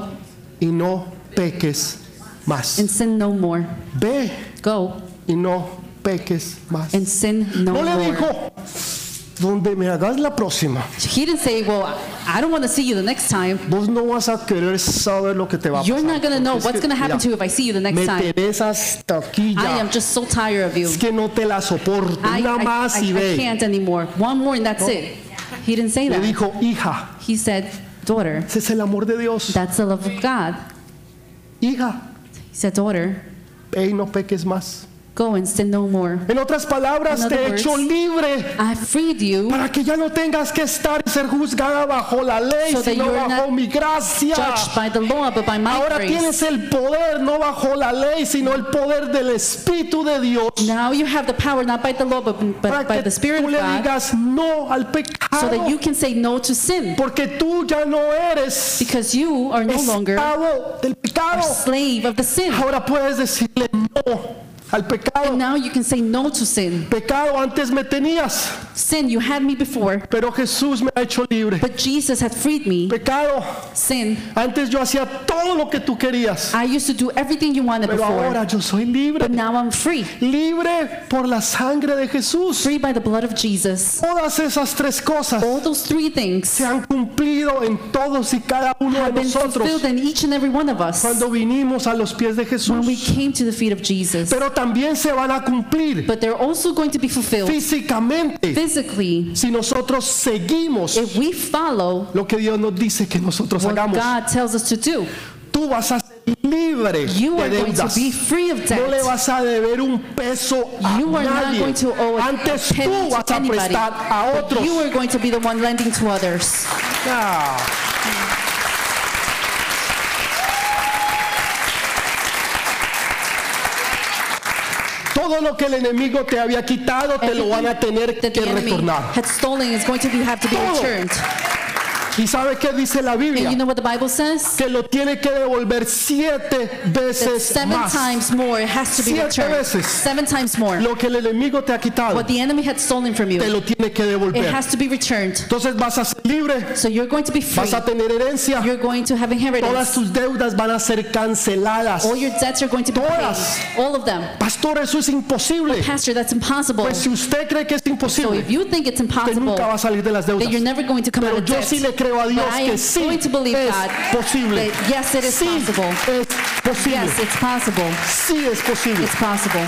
A: y no peques más.
B: and sin no more.
A: Ve
B: Go
A: y no peques más.
B: and sin no
A: No le
B: more.
A: dijo, donde me hagas la próxima,
B: He didn't say, Well, I don't want to see you the next time.
A: vos no vas a querer saber lo que te va a
B: You're
A: pasar.
B: not going to know
A: Porque es
B: what's
A: que,
B: going to happen
A: mira,
B: to you if I see you the next
A: Me
B: time.
A: tenés hasta aquí
B: I
A: ya.
B: am just so tired of you.
A: Es que no te la soporto.
B: I,
A: Una
B: I-
A: más y
B: I- I
A: ve.
B: can't anymore. One more and that's it. He didn't say
A: Le
B: that.
A: dijo, hija,
B: He said, Daughter,
A: ese es el amor de Dios.
B: that's the love of God.
A: Hija,
B: He said, Daughter,
A: ve y no peques más.
B: go and sin no more.
A: En otras palabras,
B: In
A: te
B: other
A: he hecho
B: words,
A: libre
B: I freed you,
A: para que ya no tengas que estar y ser juzgada bajo la ley,
B: So that
A: sino
B: you're
A: bajo
B: not
A: mi gracia.
B: judged by the law, but by my
A: Ahora
B: grace.
A: tienes el poder, no bajo la ley, sino el poder del Espíritu de Dios.
B: Now you have the power, not by the law, but,
A: Para
B: but by
A: que
B: the Spirit
A: tú
B: of
A: le
B: God,
A: digas no al
B: so
A: pecado.
B: that you can say no to sin.
A: Porque tú ya no eres
B: Because you are no longer a
A: esclavo del pecado.
B: slave of the sin.
A: Ahora puedes decirle no al pecado.
B: Now you can say no to sin.
A: Pecado antes me tenías,
B: Sin, you had me before,
A: pero Jesús me ha hecho libre.
B: but Jesus had freed me.
A: Pecado,
B: Sin,
A: antes yo hacía todo lo que tú querías,
B: I used to do everything you wanted
A: pero
B: before,
A: ahora yo soy libre.
B: but now I'm free.
A: libre por la sangre de Jesús.
B: Free by the blood of Jesus.
A: Todas esas tres cosas
B: All those three things
A: se han cumplido en todos y cada uno de
B: have been fulfilled
A: nosotros
B: in each and every one of us
A: cuando vinimos a los pies de
B: when we
A: Jesús.
B: came to the feet of Jesus.
A: Pero también se van a cumplir
B: But they're also going to be fulfilled
A: físicamente
B: physically
A: si nosotros seguimos
B: if we follow
A: lo que Dios nos dice que nosotros
B: what
A: hagamos.
B: God tells us to do.
A: Tú vas a ser libre
B: You
A: de
B: are going to
A: deudas.
B: be free of
A: No le
B: debt.
A: vas a deber un peso a
B: You are not
A: nadie.
B: going to owe a
A: Antes tú
B: penny
A: vas
B: to
A: a
B: anybody.
A: prestar a
B: But
A: otros.
B: you are going to be the one lending to others.
A: Ah. Todo lo que el enemigo te había quitado te lo van a tener
B: that
A: que
B: the enemy
A: retornar.
B: had stolen is going to be, have to be
A: Todo.
B: returned.
A: ¿Y sabe qué dice la
B: And
A: Biblia?
B: you know what the Bible says?
A: Que lo tiene que devolver siete
B: That
A: veces
B: seven
A: más.
B: times more it has to be
A: Siete
B: returned.
A: veces.
B: Seven times more.
A: Lo que el enemigo te ha quitado
B: What the enemy had stolen from
A: te
B: you,
A: lo tiene que
B: it
A: devolver.
B: has to be returned.
A: Entonces vas a ser libre,
B: So you're going to be free.
A: vas a tener herencia.
B: You're going to have
A: Todas
B: inheritance.
A: tus deudas van a ser canceladas.
B: All your debts are going to be
A: Todas.
B: paid. All of them.
A: Pastor, eso es imposible.
B: Pastor, that's impossible.
A: Pues si usted cree que es
B: So
A: imposible,
B: if you think it's
A: usted
B: impossible,
A: nunca va a salir de las deudas.
B: that you're never going to come out
A: Pero
B: of
A: yo
B: debt,
A: sí le creo a Dios
B: But I
A: que
B: am
A: sí
B: going to believe
A: es
B: God
A: posible.
B: that yes, it is
A: sí
B: possible.
A: es posible.
B: yes, it's possible.
A: sí es posible.
B: It's possible.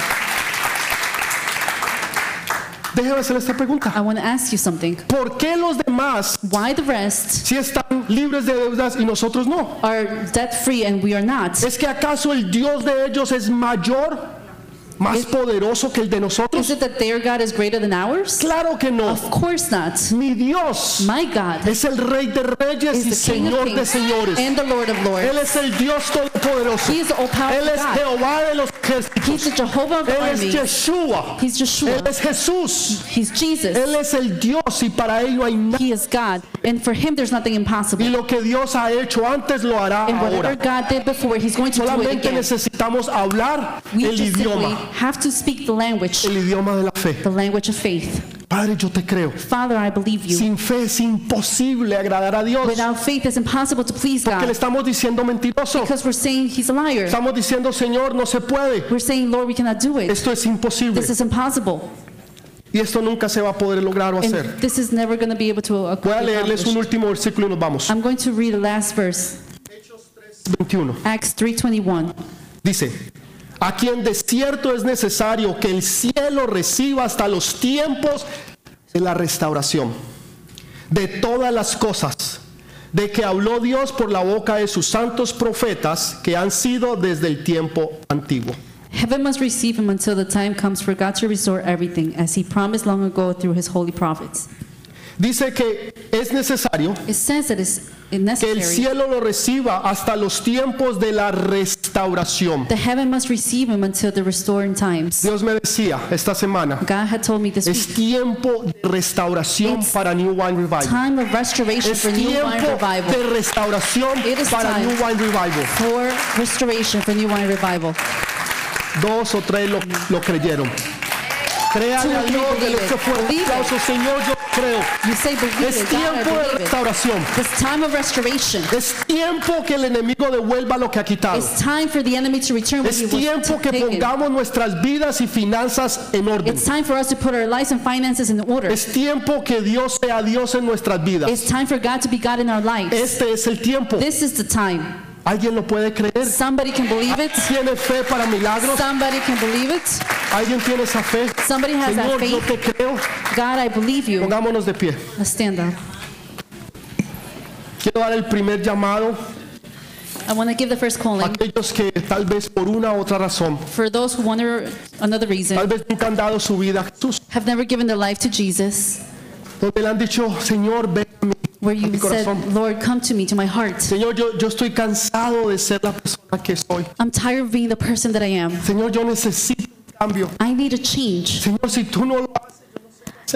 A: Déjeme hacer esta
B: I
A: pregunta.
B: want to ask you something.
A: ¿Por qué los demás
B: Why the rest
A: sí están libres de deudas y nosotros no?
B: are debt free and we are not?
A: ¿Es que acaso el Dios de ellos es mayor, más poderoso que el de
B: Is
A: nosotros?
B: it that their God is greater than ours?
A: Claro que no.
B: Of course not.
A: Mi Dios
B: My God
A: es el Rey de Reyes y
B: is the King of
A: Señor de
B: Kings
A: Señores.
B: and the Lord of Lords.
A: Él es el Dios todopoderoso.
B: He is the all-powerful
A: Él es
B: God.
A: Jehová de los
B: He's
A: ejércitos.
B: the Jehovah of the
A: Él es
B: army.
A: Yeshua.
B: He's
A: Él
B: Joshua.
A: es Jesús.
B: He's Jesus.
A: Él es el Dios y para Él no hay nada.
B: He is God. And for him, there's nothing
A: Y
B: impossible.
A: lo que Dios ha hecho antes lo hará
B: And whatever
A: ahora.
B: God did before, he's going to do it
A: Solamente
B: again.
A: necesitamos hablar
B: We
A: el
B: just simply
A: idioma,
B: have to speak the language,
A: el idioma de la fe.
B: the language of faith.
A: Padre, yo te creo.
B: Father, I believe you.
A: Sin fe es imposible agradar a Dios.
B: Without faith, it's impossible to please
A: Que le
B: God
A: estamos diciendo mentiroso.
B: because we're saying he's a liar.
A: Estamos diciendo, Señor, no se puede.
B: We're saying, Lord, we cannot do it.
A: Esto es imposible.
B: This is impossible.
A: Y esto nunca se va a poder lograr o
B: And
A: hacer.
B: this is never going to be able to
A: Voy a leerles
B: accomplish.
A: un último versículo y nos vamos.
B: I'm going to read the last verse,
A: 21.
B: Acts 3.21.
A: Dice, a quien de cierto es necesario que el cielo reciba hasta los tiempos de la restauración de todas las cosas, de que habló Dios por la boca de sus santos profetas que han sido desde el tiempo antiguo.
B: Heaven must receive him until the time comes for God to restore everything, as he promised long ago through his holy prophets.
A: Dice que es necesario
B: It says that it's
A: que el
B: necessary
A: cielo lo reciba hasta los tiempos de la restauración.
B: The heaven must receive him until the restoring times.
A: Dios me decía esta semana,
B: God had told me this
A: es
B: week,
A: tiempo de restauración para New Wine Revival.
B: time of restoration
A: Es
B: for New Wine
A: tiempo
B: Revival.
A: de restauración
B: It is
A: para
B: time.
A: New Wine Revival.
B: For restoration for New Wine Revival.
A: Dos o tres lo, lo creyeron. Créale
B: Two
A: a
B: or three
A: Dios de
B: believe
A: que
B: it.
A: fue un
B: Believe it.
A: aplauso, Señor, yo creo.
B: You say believe
A: Es
B: it, God, I
A: tiempo de
B: believe it.
A: restauración.
B: This time of restoration.
A: Es tiempo que el enemigo devuelva lo que ha quitado.
B: It's time for the enemy to return what he
A: Es
B: was
A: tiempo que
B: taken.
A: pongamos nuestras vidas y finanzas en orden.
B: It's time for us to put our lives and finances in order.
A: Es tiempo que Dios sea Dios en nuestras vidas.
B: It's time for God to be God in our lives.
A: Este es el tiempo.
B: This is the time.
A: ¿Alguien lo puede creer?
B: Somebody can believe it.
A: ¿Tiene fe para milagros?
B: Somebody can believe it.
A: ¿Alguien tiene esa fe?
B: Somebody has that
A: Señor, yo
B: faith.
A: te creo.
B: God, I believe you.
A: Pongámonos de pie.
B: Let's stand up.
A: Quiero dar el primer llamado
B: I want to give the first
A: a
B: calling.
A: aquellos que tal vez por una u otra razón,
B: For those who wonder another
A: tal
B: reason,
A: vez nunca han dado su vida a Jesús,
B: have never given their life to Jesus,
A: donde le han dicho, Señor, ven a mí,
B: where
A: a
B: you
A: mi
B: said,
A: corazón.
B: Lord, come to me, to my heart.
A: Señor, yo, yo estoy cansado de ser la persona que soy.
B: I'm tired of being the person that I am.
A: Señor, yo necesito un cambio.
B: I need a change.
A: Señor, si tú no lo haces,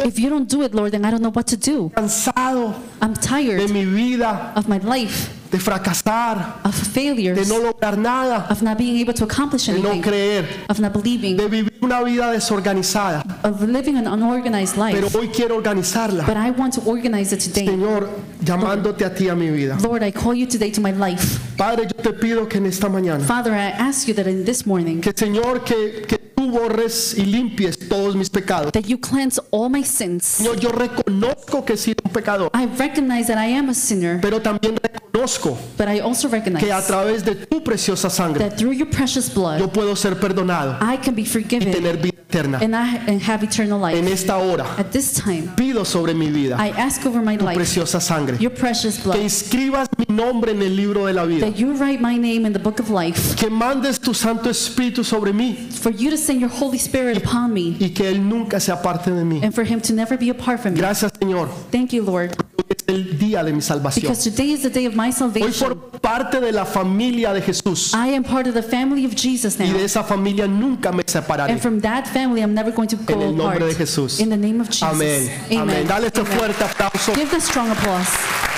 B: If you don't do it, Lord, then I don't know what to do.
A: cansado
B: I'm
A: de
B: tired
A: mi vida,
B: of my life,
A: de fracasar,
B: of
A: de
B: failures,
A: no lograr nada,
B: of not being able to accomplish
A: de no
B: anything,
A: creer,
B: of not believing,
A: de vivir una vida desorganizada.
B: of living an unorganized
A: Pero
B: life.
A: hoy quiero organizarla.
B: But I want to organize it today.
A: Señor, llamándote a ti a mi vida.
B: Lord, I call you today to my life.
A: Padre, yo te pido que en esta mañana,
B: Father, I ask you that in this morning,
A: que Señor, que, que tú borres y limpies todos mis pecados.
B: that you cleanse all my sins.
A: Señor, yo reconozco que he sido un pecador,
B: I recognize that I am a sinner.
A: pero también reconozco
B: But I also recognize
A: que a través de tu preciosa sangre
B: that through your precious blood,
A: yo puedo ser perdonado
B: I can be
A: y
B: forgiven
A: tener vida eterna.
B: and I and have eternal
A: En
B: life.
A: esta hora
B: At this time,
A: pido sobre mi vida
B: I ask over my
A: tu
B: life,
A: preciosa sangre,
B: your precious
A: que
B: blood,
A: inscribas mi nombre en el libro de la vida,
B: that you write my name in the book of life,
A: que mandes tu Santo Espíritu sobre mí
B: for you to send your Holy Spirit upon me,
A: y que Él nunca se aparte de mí.
B: and for Him to never be apart from me.
A: Gracias Señor.
B: Thank you, Lord.
A: Hoy es el día de mi salvación.
B: because today is the day of my
A: Hoy
B: salvation.
A: formo parte de la familia de Jesús
B: I am part of the family of Jesus
A: y de
B: now.
A: esa familia nunca me separaré.
B: And from that family, I'm never going to
A: En el
B: go
A: nombre
B: apart.
A: de Jesús.
B: In the name of Jesus.
A: Amén. Amén. Dale este
B: Amen.
A: fuerte aplauso.
B: Give the strong applause.